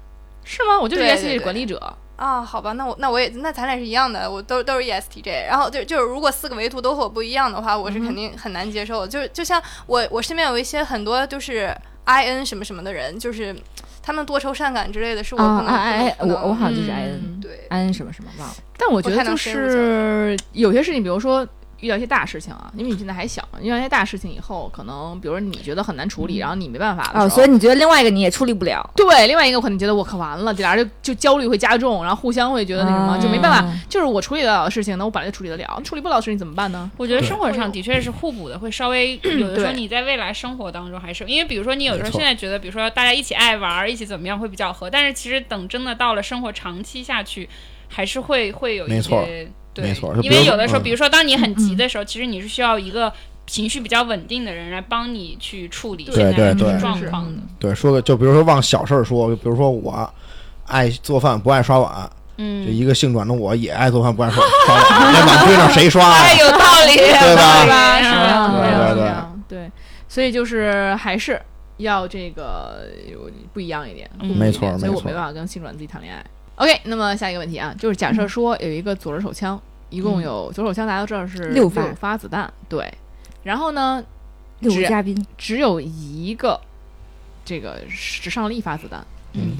是吗？我就是 E
对
S
对
T
对
管理者，
啊，好吧，那我那我也那咱俩是一样的，我都都是 E ESTJ，然后就就是如果四个维度都和我不一样的话，我是
嗯哼
肯定很难接受的。就是就像我我身边有一些很多就是 IN 什么什么的人，就是他们多愁善感之类的，是我
哦
啊
不能、
啊哎，哎
不能
我我好像就是
嗯
I N
对
I N 什么什么忘了，
但我
不
觉得
太
就
能深入交
是有些事情，比如说遇到一些大事情啊，因为你现在还小，遇到一些大事情以后，可能比如说你觉得很难
嗯
处理，然后你没办法的时候
哦，所以你觉得另外一个你也处理不了，
对，另外一个可能觉得我靠完了，这俩人就就焦虑会加重，然后互相会觉得那什么，
啊
就没办法。就是我处理得了的事情，那我本来就处理得了，处理不了的事情怎么办呢？
我觉得生活上的确是互补的，会 稍微 有的时
对
候你在未来生活当中还是因为，比如说你有时
没
候
错
现在觉得，比如说大家一起爱玩儿，一起怎么样会比较合，但是其实等真的到了生活长期下去，还是会会有一
没错
些对，
没错就
因
比如
为
说
有的时候，
嗯
比如说当你很急的时候，其实你是需要一个情绪比较稳定的人来帮你去处理现
对
在
对对
的状况的。
对，说个就比如说往小事儿说，就比如说我爱做饭不爱刷碗，就
嗯，
一个性转的我也爱做饭不爱刷刷 碗，那碗堆上谁刷
哎
呀？
哎有道理，
对吧
有道理
是
啊
啊，
对
啊
对对
啊对，所以就是还是要这个有不一样一点，
嗯
互补
没
一
错
点所以
没
我
错
没办法跟性转自己谈恋爱。OK，那么下一个问题啊，就是假
嗯
设说有一个左轮手枪，一共有左手枪，大家都知道是
六发
发子弹，对。然后呢，
六
只
个嘉宾
只有一个这个只上了一发子弹。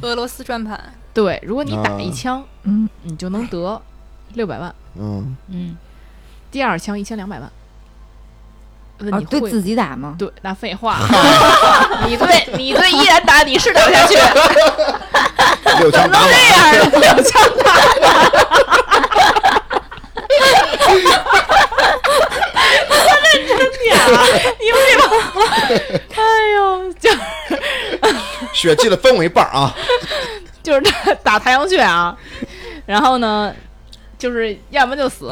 俄罗斯转盘，
对，如果你打
啊
一枪，
嗯，
你就能得六百万，
嗯，
嗯，
第二枪一千两百万。那
啊
你，会、
对自己打吗？
对那废话， 你对你对依然打，你是打 不下去，
六枪打碗，
两枪打完。我认真点啊！
血气的分我一半儿啊！
你们这帮，哎呦，就就是打打太阳穴啊，然后呢，就是要么就死，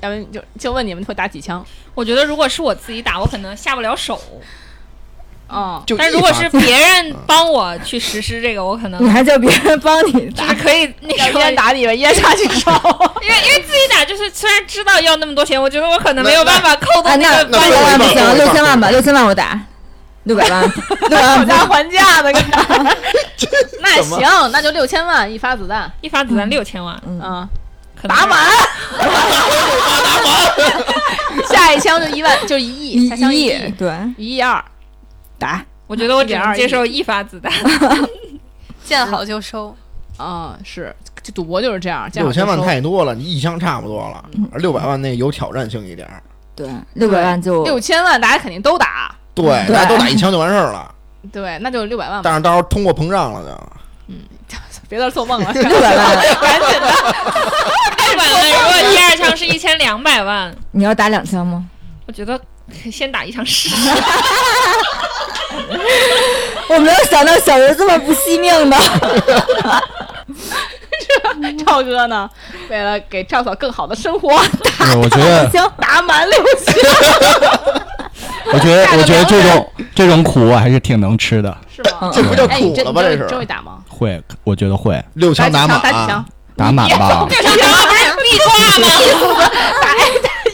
要么就就问你们会打几枪？
我觉得如果是我自己打，我可能下不了手。
嗯
哦，
就
但
一嗯
如果
发
是别人帮我去实施这个，我 可能
你还叫别人帮你打
就是可以那
要
个
一人打你吧，一人下去手。
因为因为自己打就是虽然知道要那么多钱，我觉得我可能没有办法扣
啊？
动
那
那
六
个
那
万
百万不
那那
行，六千万吧，六千万我打，六百万， 六百
讨
万不
价
行。
还价的，跟他 那行，那就六千万一发子弹
一发子弹六千万，
嗯
啊，
可能
打满，下一枪就一万，就一亿，
一
下枪
一亿
亿，
对，
一亿二，
打
我觉得我只能接受一发子 弹。
见好 就收。
嗯
啊，是，这赌博就是这样，见好
六
就
千万
收
太多了，你一枪差不多了，而六百万那个有挑战性一点儿。
对，六百万就
六千万，大家肯定都打，
对，大家都打一枪就完事儿了，
对，那就六百万吧，
但是到时候通货膨胀了就。
别在这做梦 了，
六百 万，
赶紧的，
六百万，如果第二枪是一千两百万，
你要打两枪吗？
我觉得先打一枪试 试。
我没有想到小人这么不惜命 的，
赵哥呢，为了给赵嫂更好的生活，
对，我觉得，
行，打满六千，
我觉得
下，个
我觉得
聊
这种这种苦我还是挺能吃的。
是吗？
这不叫
哎，
苦
你这
了
你
吧？这
这真会
是
打吗？
会，我觉得会
六枪
打
打
几
满
枪，打
打
几枪，
满吧。
六枪打不是必挂吗？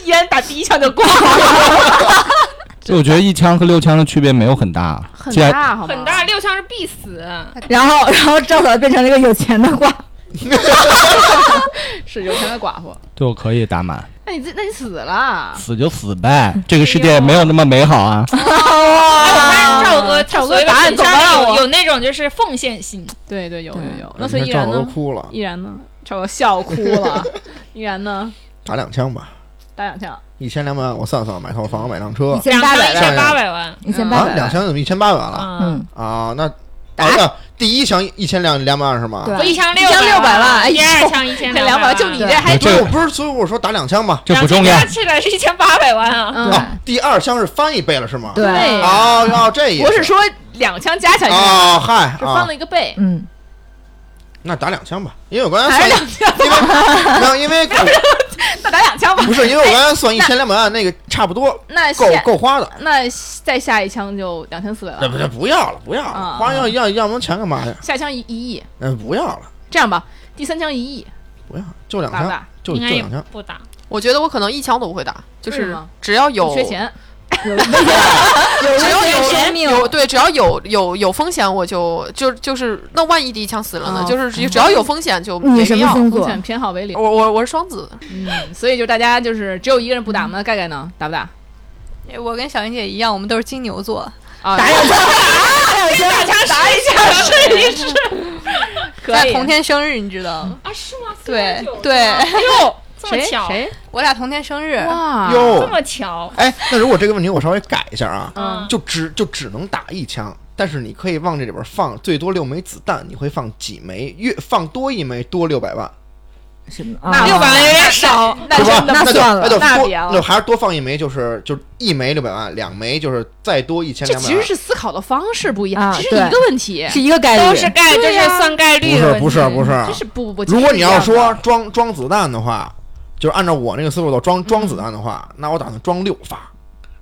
一人打第一枪就挂了，
就我觉得一枪和六枪的区别没有很大，
很
既然
大好吗？
很大，六枪是必死。
然后然后赵嫂变成了一个有钱的瓜，
是有钱的寡妇。
对我可以打满，
那你自那你死 了，
死就死呗，这个世
哎
界没有那么美好啊。
赵哥，
赵
所
哥
以
答案
品
怎
相
么让
有
我？
有那种就是奉献心，
对对，有有有。那
感
所以
觉嗯
依
赵
然
哥都
呢？
哭了，
依然呢？赵哥笑哭 了。依然呢？
打两枪吧，
打两枪，
一千两百万，我算算，买套房，买辆车
一千八百
一
两
万，
千八百万，
一千八
啊，
百
两
万，
枪怎么一千八百万了
嗯，
嗯，
啊？那啊，那第一枪一千两两百万是吗？
对
不一枪
一枪
六
600万哎
第二
呦
枪一千
两百
万，
万，就你这
对
还
这
哎对，我不是，所以我说打两枪吧。
这不重要
然后，加起来是一千八百万啊，
嗯
对
啊，第二枪是翻一倍了是吗？
对，
对
哦哦，这也
不是说两枪加起来就
哦，嗨
是翻
啊
了，一个倍，
嗯，
那打两枪吧，因为我刚才
还是
算
两枪？
因 为没有，因为
那打两枪吧。
不是因为我刚才算一千两百万那个差不多
那嗯
够
下
够花的，
那再下一枪就两千四百
那
万，
不不要了，不要了，
啊
花要要要不然钱干嘛呀？
下枪一一亿。
嗯，不要了，
这样吧，第三枪一亿，
不要了，就两
打不
枪，
打？
就
应
就
该也
两枪，
不打，
我觉得我可能一枪都不会打，就
为什
是
么
只要有
不缺钱，
只要有
生命
有对，只要有有有风险，我就就就是那万一第一枪死了呢？
哦
就是只只要有风险就没
你什
必
么啊
要。
星
风
座？
险偏好为零。
我我我是双子，
嗯，所以就大家就是只有一个人不打吗？盖盖呢？打不打？
我跟小云姐一样，我们都是金牛座，
啊，
打两枪，打两枪，
打一下试一试，可
在
以。
同天生日，你知道吗？
啊，是吗？
对
49
对，
这么
谁
巧，
谁
我俩同天生日，
哇？
这
哟，
么巧，
哎，那如果这个问题我稍微改一下啊，
嗯
就只就只能打一枪，但是你可以往这里边放最多六枚子弹，你会放几枚？越放多一枚多六百万，
什么？
那
啊
六百万有点少，那
是吧？
真的
那
那
就
算了
那就
那
多
别了
还是多放一枚，就是就一枚六百万，两枚就是再多一千
这
两百
其
万
实。是思考的方式不一样，
啊
其实
对
一个问题，
是一个概率，
都是概，这
对
是
啊
算概率的问题，
不是不是不
真
是，
是不不不。
如果你要
其实是一啊样
说
的
装装子弹的话，就是按照我那个思路走，
嗯
装装子弹的话，那我打算装六发，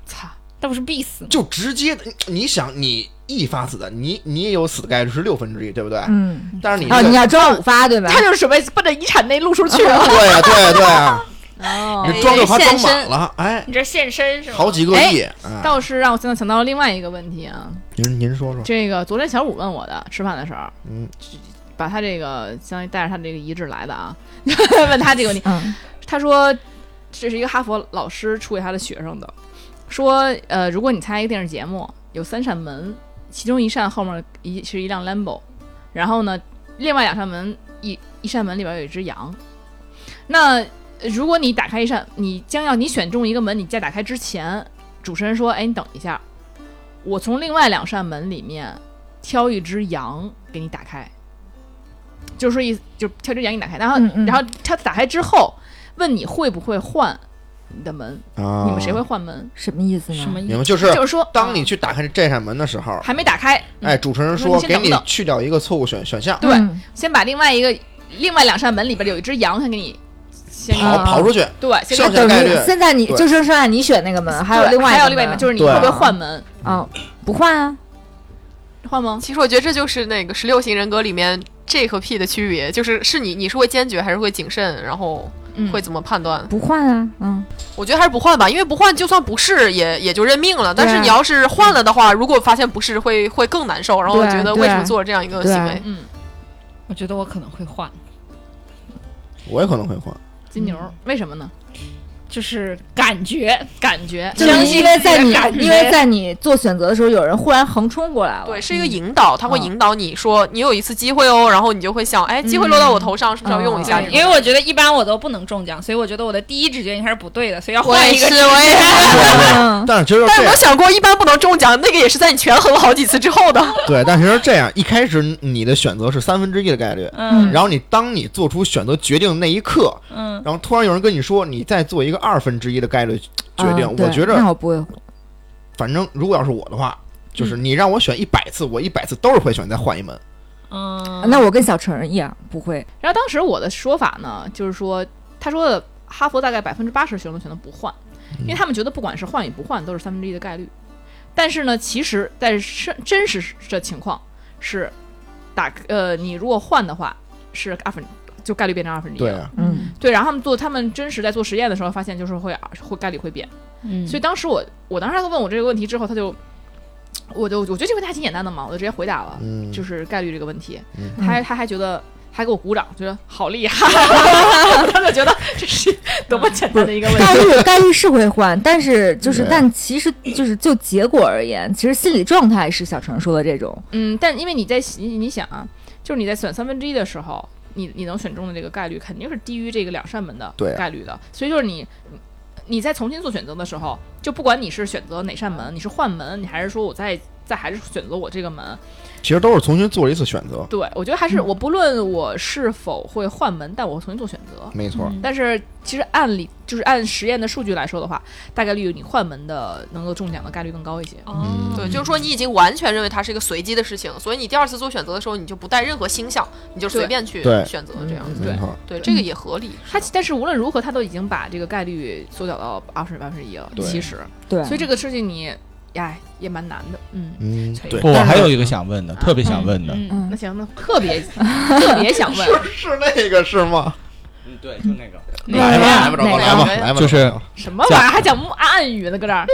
操，
那不是必死吗？
就直接你你想你一发子弹，你你也有死的概率是六分之一，对不对？
嗯，
但是你
啊，
这
你
个
要装五发对吧？
他就是准备奔着遗产那路数去啊了。
对啊呀对呀对 呀，
哦
你装六发装满了，哎，
你这现身是吗？
好几个亿。哎
倒是让我现在想到了另外一个问题啊，
您您说说，
这个昨天小五问我的，吃饭的时候，
嗯，
把他这个相当于带着他这个遗志来的啊， 问他这个问题，
嗯，
他说这是一个哈佛老师出给他的学生的，说呃，如果你参加一个电视节目，有三扇门，其中一扇后面一是一辆 Lambo，然后呢，另外两扇门一一扇门里边有一只羊，那呃如果你打开一扇，你将要你选中一个门，你在打开之前，主持人说，哎，你等一下，我从另外两扇门里面挑一只羊给你打开。就是说意思，就是挑只羊给你打开，然后、
嗯嗯
然后他打开之后，问你会不会换你的门？
啊
你们谁会换门？
什么意思呢？
意
明白？就是
就是说，
当你
嗯
去打开这扇门的时候，
还没打开，
哎，主持人
那
说
你先
给
等
你
等
去掉一个错误选选项，
对
嗯
先把另外一个另外两扇门里边有一只羊，先给你先给你
跑
啊
跑出去，
对，先给
剩
你
下
等
概率
于现在你
对
就剩下你选那个门，还有
对
另外
还有另外一门，就是是你会不会换门？
啊，不换啊，
换吗？
其实我觉得这就是那个十六型人格里面 J 和 P 的区别，就是是你你是会坚决还是会谨慎，然后
嗯
会怎么判断？
不换啊，嗯，
我觉得还是不换吧，因为不换就算不是也也就认命了。但
对
是
啊
你要是换了的话，如果发现不是，会会更难受，然后
对啊
觉
对
得
啊
为什么做了这样一个
对啊
行为？
嗯，
我觉得我可能会换，
我也可能会换。
金牛为什么呢？
嗯就是感觉
感觉
就是因为在你
相信自己的感觉
因为在你做选择的时候，有人忽然横冲过来了，
对，是一个引导，他会
嗯
引导你说你有一次机会哦，然后你就会想，哎，机会落到我头上，是不是要用一下
嗯？
对，因为我觉得一般我都不能中奖，所以我觉得我的第一直觉应该是不对的，所以要
我
换
也
一个
是，。我也是。
嗯，
但是其实
但
这
是我
样，
想过，一般不能中奖，那个也是在你权衡好几次之后的。
对，但其实这样，一开始你的选择是三分之一的概率，
嗯
然后你当你做出选择决定的那一刻，
嗯，
然后突然有人跟你说你再做一个二分之一的概率决定
啊，对
我觉
那
着
我不会，嗯
反正如果要是我的话，就是你让我选一百次，我一百次都是会选再换一门。
嗯，
那我跟小成一样不会，
然后当时我的说法呢，就是说，他说的哈佛大概百分之八十学生全都不换，
嗯
因为他们觉得不管是换与不换都是三分之一的概率。但是呢，其实在是真实的情况是打呃，你如果换的话是二分，就概率变成二分之一
对
了。
啊，
嗯，
对，然后他们做他们真实在做实验的时候发现，就是会啊会概率会变。
嗯
所以当时我我当时他问我这个问题之后，他就我就我觉得这个问题还挺简单的嘛，我就直接回答了。
嗯，
就是概率这个问题。
嗯
他还他还觉得还给我鼓掌，觉得好厉害，我当时觉得这是多么简单的一个问
概
题。
率概率是会换，但是就是
对
但其实就是就结果而言，其实心理状态是小程说的这种，
嗯，但因为你在你你想啊，就是你在选三分之一的时候，你你能选中的这个概率肯定是低于这个两扇门的
对啊
概率的，所以就是你你你在重新做选择的时候，就不管你是选择哪扇门，你是换门，你还是说我再再还是选择我这个门，
其实都是重新做了一次选择，
对我觉得还
嗯
是我不论我是否会换门，但我会重新做选择。
没错。
但是其实按理就是按实验的数据来说的话，大概率你换门的能够中奖的概率更高一些。
嗯
对，就是说你已经完全认为它是一个随机的事情，所以你第二次做选择的时候，你就不带任何心想，你就随便去
对
选择这样子。
没
对
错，
对，这个也合理。
它但是无论如何，它都已经把这个概率缩小到二十分之一了，
对
其实，
对，
所以这个事情你，哎，也蛮难的。嗯，
嗯，
所以
对。
不，我还有一个想问的，特别想问的，
嗯，
嗯
那行，那特别特别想问，
是那个是吗？
嗯，对，就那个。
来吧，来吧，
哪
找
个
来吧，
哪个
来吧，
就是
什么玩意儿还讲木暗语呢？搁这儿，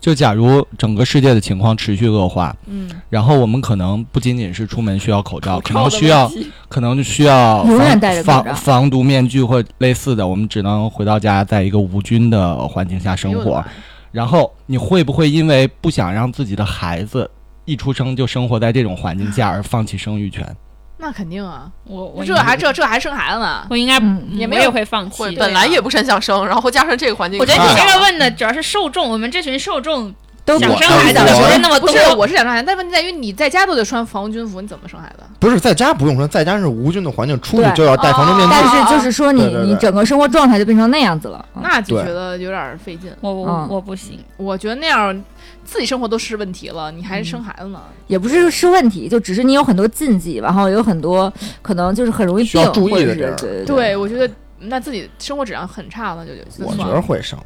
就假如整个世界的情况持续恶化，
嗯，
然后我们可能不仅仅是出门需要口罩，可
靠
能
的
需要
问题
可能需要
永远
防
戴着口罩
防防毒面具或类似的，我们只能回到家，在一个无菌的环境下生
哎呦我的妈
活
呀。
然后你会不会因为不想让自己的孩子一出生就生活在这种环境下而放弃生育权？
那肯定啊，
我我
这
应该
还这这还生孩子呢？
我应该
嗯
也
也
没
没
有
有会放
会
弃，
本来也不是很想生，然后加上这个环境，
我觉得
啊
你这个问的主要是受众，我们这群受众
都
想
不
生孩子的
我
不是那么
不
多
是，，我是想生孩子，但问题在于你在家都得穿防军服，你怎么生孩子？
不是在家不用说，在家是无菌的环境，出去
对
就要戴
哦
防毒面
但
具。
是就是说你
对对对
你整个生活状态就变成那样子了，嗯
那就
对
觉得有点费劲。
我我
嗯
我不行，
我觉得那样自己生活都是问题了，你还
嗯
生孩子呢？
也不是说是问题，就只是你有很多禁忌，然后有很多可能就是很容易
需
病，
要注意
或者
的
是
地儿
对
对，我觉得那自己生活质量很差了，就就
我
就
觉
算
得
了。
会生，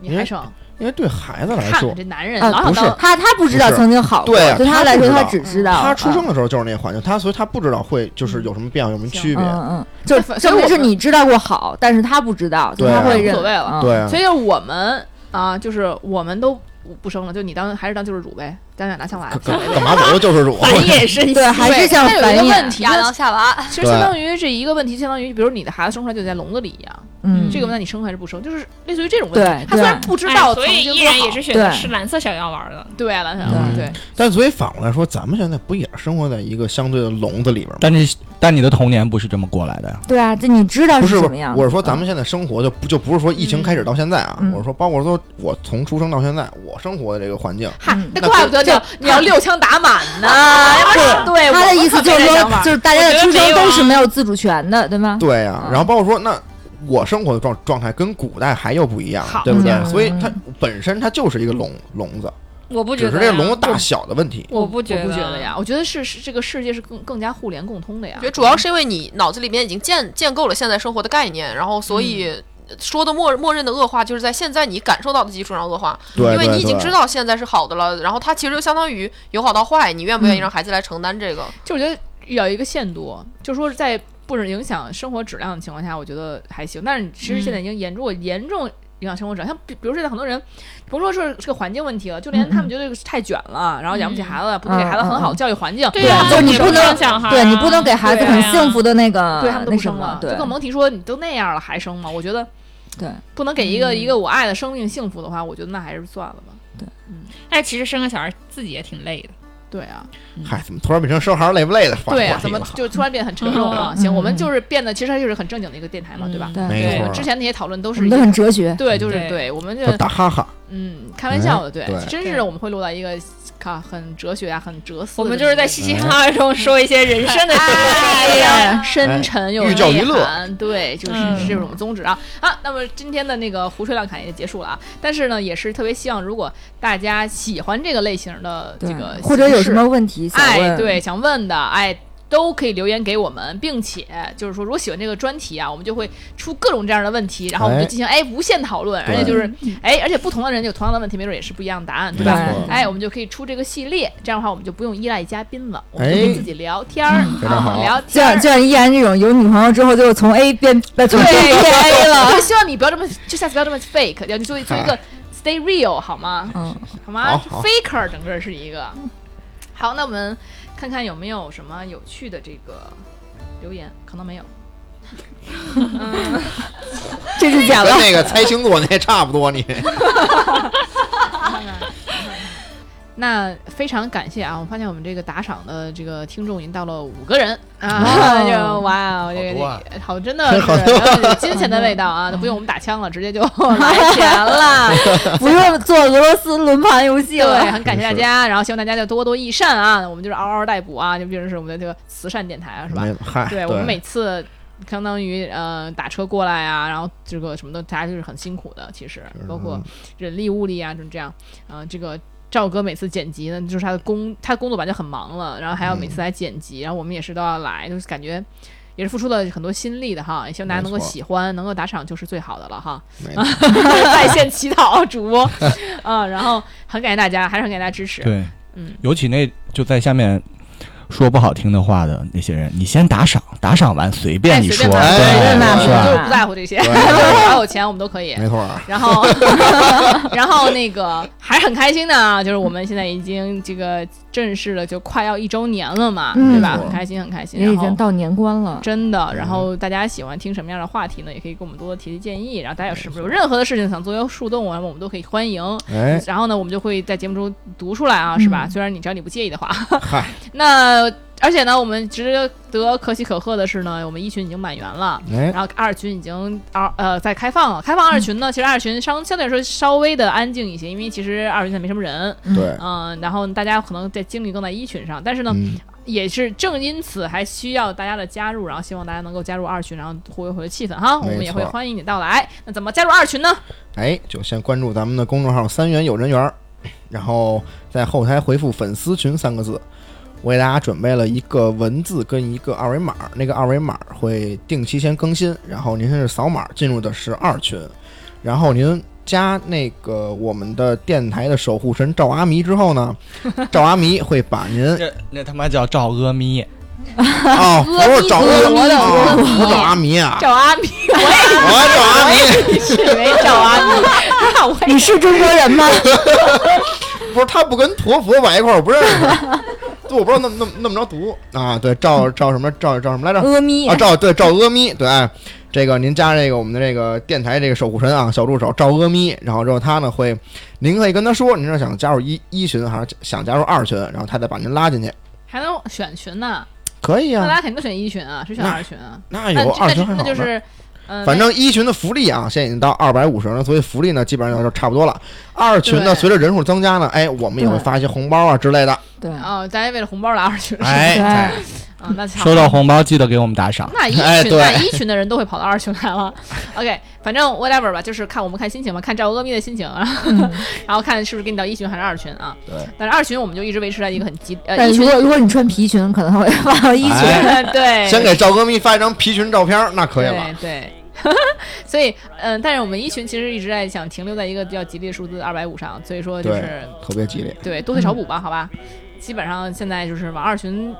你还生？
因为对孩子来
看
说
看，这男人
啊
老想
不是
当
他他不知道
不是
曾经好过，
对啊
对
他
来
不
说
知
他
道
只知道
他出
嗯
生的时候就是那环境，他所以他不知道会
嗯
就是有什么变化，有什么区别。
嗯嗯，就
所以
证
我
明是
们
你知道过好，但是他不知道，就
对
他
啊
会认
无所谓了
嗯
对啊
所，以我们啊，就是我们都不不生了，就你当还是当救世主呗，咱俩拿枪来
干。干干嘛我又就是啊我，
也是
对，还是像
但有
繁
一个问
衍，
题，
亚
那
当夏娃，
其实相当于这一个问题，相当于比如你的孩子生出来就在笼子里一样，
嗯，
这个问题你生还是不生，就是类似于这种问
对
题。他虽然
对
不知
哎
道曾
所以
经
依
多
然
好
也是选择
对
是蓝色小药丸的。
对啊，蓝小
嗯
对，
但所以反过来说，咱们现在不也生活在一个相对的笼子里边吗？
但是但你的童年不是这么过来的呀。
对啊，这你知道
不是
什
不
么样啊子？
我是说咱们现在生活就不就不是说疫情开始到现在啊，
嗯
我是说包括说我从出生到现在，我生活的这个环境，
嗨
嗯，
那怪不得叫你要六枪打满呢， 要不然哎对
啊他的意思就是说，就是大家
我
的出
觉得没
生
有
都
啊
是没有自主权的，对吗？
对呀、
啊
然后包括说那我生活的状状态跟古代还又不一样
好，
对不对？
嗯
所以它本身它就是一个笼笼子，
我不
只
觉
是
得
这
呀
个笼子大小的问题。
我
不
不觉
我
得
不觉得呀，我觉得是是这个世界是更更加互联共通的呀
我觉。得主要是因为你脑子里面已经建建构了现在生活的概念，然后
嗯
所以说的默默认的恶化，就是在现在你感受到的基础上恶化，
对，
因为
对
你已经
对
知道现在是好的了，然后它其实就相当于由好到坏，你愿不愿
嗯
意让孩子来承担这个？
就我觉得有一个限度，就说是在不影响生活质量的情况下，我觉得还行。但是其实现在已经严重严重影响生活质量，像比比如现在很多人，甭说是这个环境问题了，就
嗯
连他们觉得太卷了，然后养不起孩子，不能给孩子很好的教育环境，
对啊，
就是你
手
不能
上小孩啊
对你不能给孩子
对啊
很幸福的那个，
对他们都
那
不
什
生
么
了，，
对
就，更甭提说你都那样了还生吗？我觉得
对，嗯
不能给一个、一个我爱的生命幸福的话，我觉得那还是算了吧。嗯
哎，其实生个小孩自己也挺累的。
对啊，
嗨，怎么突然变成生孩儿累不累的话
对啊，
话
怎
题
么
了？
就突然变得很沉重了？行，我们就是变得，其实它就是很正经的一个电台嘛，
嗯
对吧？
对
没
对，
错
之前那些讨论都
我
是
们
一
都
些
很哲学，
对，就是
对
对，我们
就
这
打哈哈，
嗯开玩笑的，对
对，
真是
对
我们会落到一个看很哲学啊，很哲思
我
的这么一个。嗯
们就是在嘻嘻哈哈中说一些人生的
哎呀，深沉又
哎寓
内
教于乐
涵，对，就是
嗯
这种宗旨啊、啊。那么今天的那个胡吹乱侃也结束了啊，但是呢，也是特别希望如果大家喜欢这个类型的这
对
个，
或者
形
有什
式
么问题想
哎，
问，
对，想问的，哎，都可以留言给我们，并且就是说，如果喜欢这个专题啊，我们就会出各种这样的问题，然后我们就进行哎无限讨论，而
对
且就是哎，而且不同的人有同样的问题，没准也是不一样的答案，对吧？
没错
哎，我们就可以出这个系列，这样的话我们就不用依赖嘉宾了，我
哎嗯
们就可以自己聊天儿、
非常
啊
好，
聊
就
天
像
儿。
就像依然这种有女朋友之后就从 A 变 呃从 B
对哎
变 A
我
了，
就希望你不要这么，就下次不要这么 fake，要做做一个 stay real 好吗？
嗯，
好吗
哎好好
？faker 整个是一个。好，那我们看看有没有什么有趣的这个留言，可能没有。嗯
这就假
跟
了。
那个猜星座那也差不多，你
那非常感谢啊！我发现我们这个打赏的这个听众已经到了五个人啊，这个哇哦，
好
这
多啊
个好真的 是呃金钱的味道啊！都不用我们打枪了，直接就来钱了。
不用做俄罗斯轮盘游戏
对，
了。
很感谢大家，然后希望大家就多多益善啊！我们就是嗷嗷待哺啊，就毕竟是我们的这个慈善电台啊，是吧？
没嗨，
对我们每次相当于呃打车过来啊，然后这个什么的，大家就是很辛苦的，其实包
嗯
括人力物力啊，就是这样。嗯、这个赵哥每次剪辑呢，就是他的工，他工作本来就很忙了，然后还要每次来剪辑，然后我们也是都要来，就是感觉。也是付出了很多心力的哈，也希望大家能够
没错
喜欢，能够打赏就是最好的了哈。嗯
没
在线乞讨主播，啊，然后很感谢大家，还是很感谢大家支持。
对，
嗯
尤其那就在下面说不好听的话的那些人，你先打赏，打赏完随便
哎
你
随
说，
便骂
哎
随便骂
对，
骂
是
我们
吧？
就是不在乎这些，
对
多少有钱我们都可以。
没错儿，
然后， 然后那个还是很开心的啊，就是我们现在已经这个正式的就快要一周年了嘛，
嗯
对吧？
没错
很开心，很开心。
也
然
已
后
经到年关了，
真
嗯
的，然后大家喜欢听什么样的话题呢？也可以给我们多多提提建议。然后大家有什么有任何的事情想作为树洞，我们都可以欢迎。
哎，
然后呢，我们就会在节目中读出来啊，是吧？
嗯
虽然你只要你不介意的 话，
嗨，
那而且呢，我们值得可喜可贺的是呢，我们一群已经满员了。
哎，
然后二群已经二呃在开放了，开放二群
嗯
呢，其实二群相相对来说稍微的安静一些，因为其实二群现在没什么人，
对，
嗯、然后大家可能在精力更在一群上，但是呢，
嗯，
也是正因此还需要大家的加入，然后希望大家能够加入二群，然后活跃活跃气氛哈，我们也会
没错
欢迎你到来。那怎么加入二群呢？
哎，就先关注咱们的公众号“三元有人缘儿”， 然后在后台回复“粉丝群”三个字。我给大家准备了一个文字跟一个二维码，那个二维码会定期先更新，然后您是扫码进入的是二群，然后您加那个我们的电台的守护神赵阿弥之后 呢，赵阿弥会把您
这那他妈叫赵阿咪，
哦，不是找
阿弥陀
啊不
佛阿弥
是找阿弥啊，
赵阿米，
我找阿弥，
你是没赵阿米，那我 也
你是中国人吗？
不是他不跟陀佛摆一块儿，我不认识他，就 我不知道那么那么那么着读啊，对，赵赵什么赵赵什么来着？
阿咪
啊，赵对赵阿咪，对，哎这个您加这个我们的这个电台这个守护神啊，小助手赵阿咪，然后之后他呢会，您可以跟他说，您是想加入一一群还是想加入二群，然后他再把您拉进去，
还能选群呢？
可以
那大
啊，
家肯定选一群啊，谁选
那
二群啊？
那
那
有
这
二
那
群
这
还好
那就
呢。
是，嗯，
反正一群的福利啊，现在已经到二百五十了，所以福利呢基本上就差不多了。二群呢，
对
随着人数增加呢，哎，我们也会
对
发一些红包啊之类的。
对，
哦，大家为了红包来二群，
对
哎，
啊，那操
收到红包记得给我们打赏。
那一群、
哎对
那一群的人都会跑到二群来 了。OK，反正 whatever 吧，就是看我们看心情吧，看赵阿咪的心 情，然后、然后看是不是给你到一群还是二群啊。
对，
但是二群我们就一直维持在一个很极呃
但
一
如
群
果如果你穿皮裙，可能会放到一群。
哎，
对
先给赵歌迷发一张皮裙照片，那可以了。
对对。 所以，嗯、但是我们一群其实一直在想停留在一个比较吉利的数字二百五上，所以说就
对
是
特别激烈，
对多退
嗯
少补吧，好吧。基本上现在就是往二群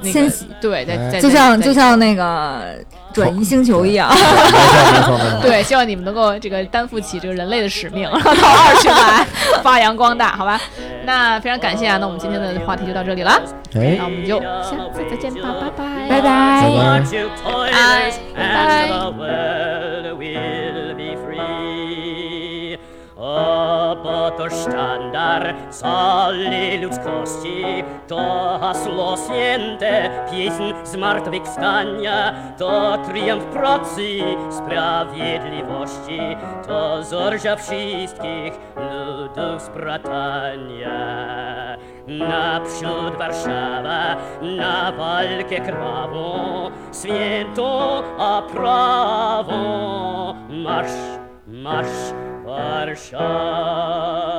那个
迁徙，
对，在
哎
在
就像
在
就像那个转移星球一样，
没错没错没错。
对，希望你们能够这个担负起这个人类的使命，然后到二 群来发扬光大，好吧？那非常感谢啊，那我们今天的话题就到这里了，
哎
那我们就下次再见吧，拜拜，
拜拜。
What you toilers
Bye.
and the world will be free. Obotor sztandar soli ludzkości to hasło święte, pieśń zmartwychwstania, to triumf pracy, sprawiedliwości, to zorza wszystkich ludów bratania. Naprzód Warszawa na walkę krawą, święto a prawo. Marsz, marsz, Warszawa.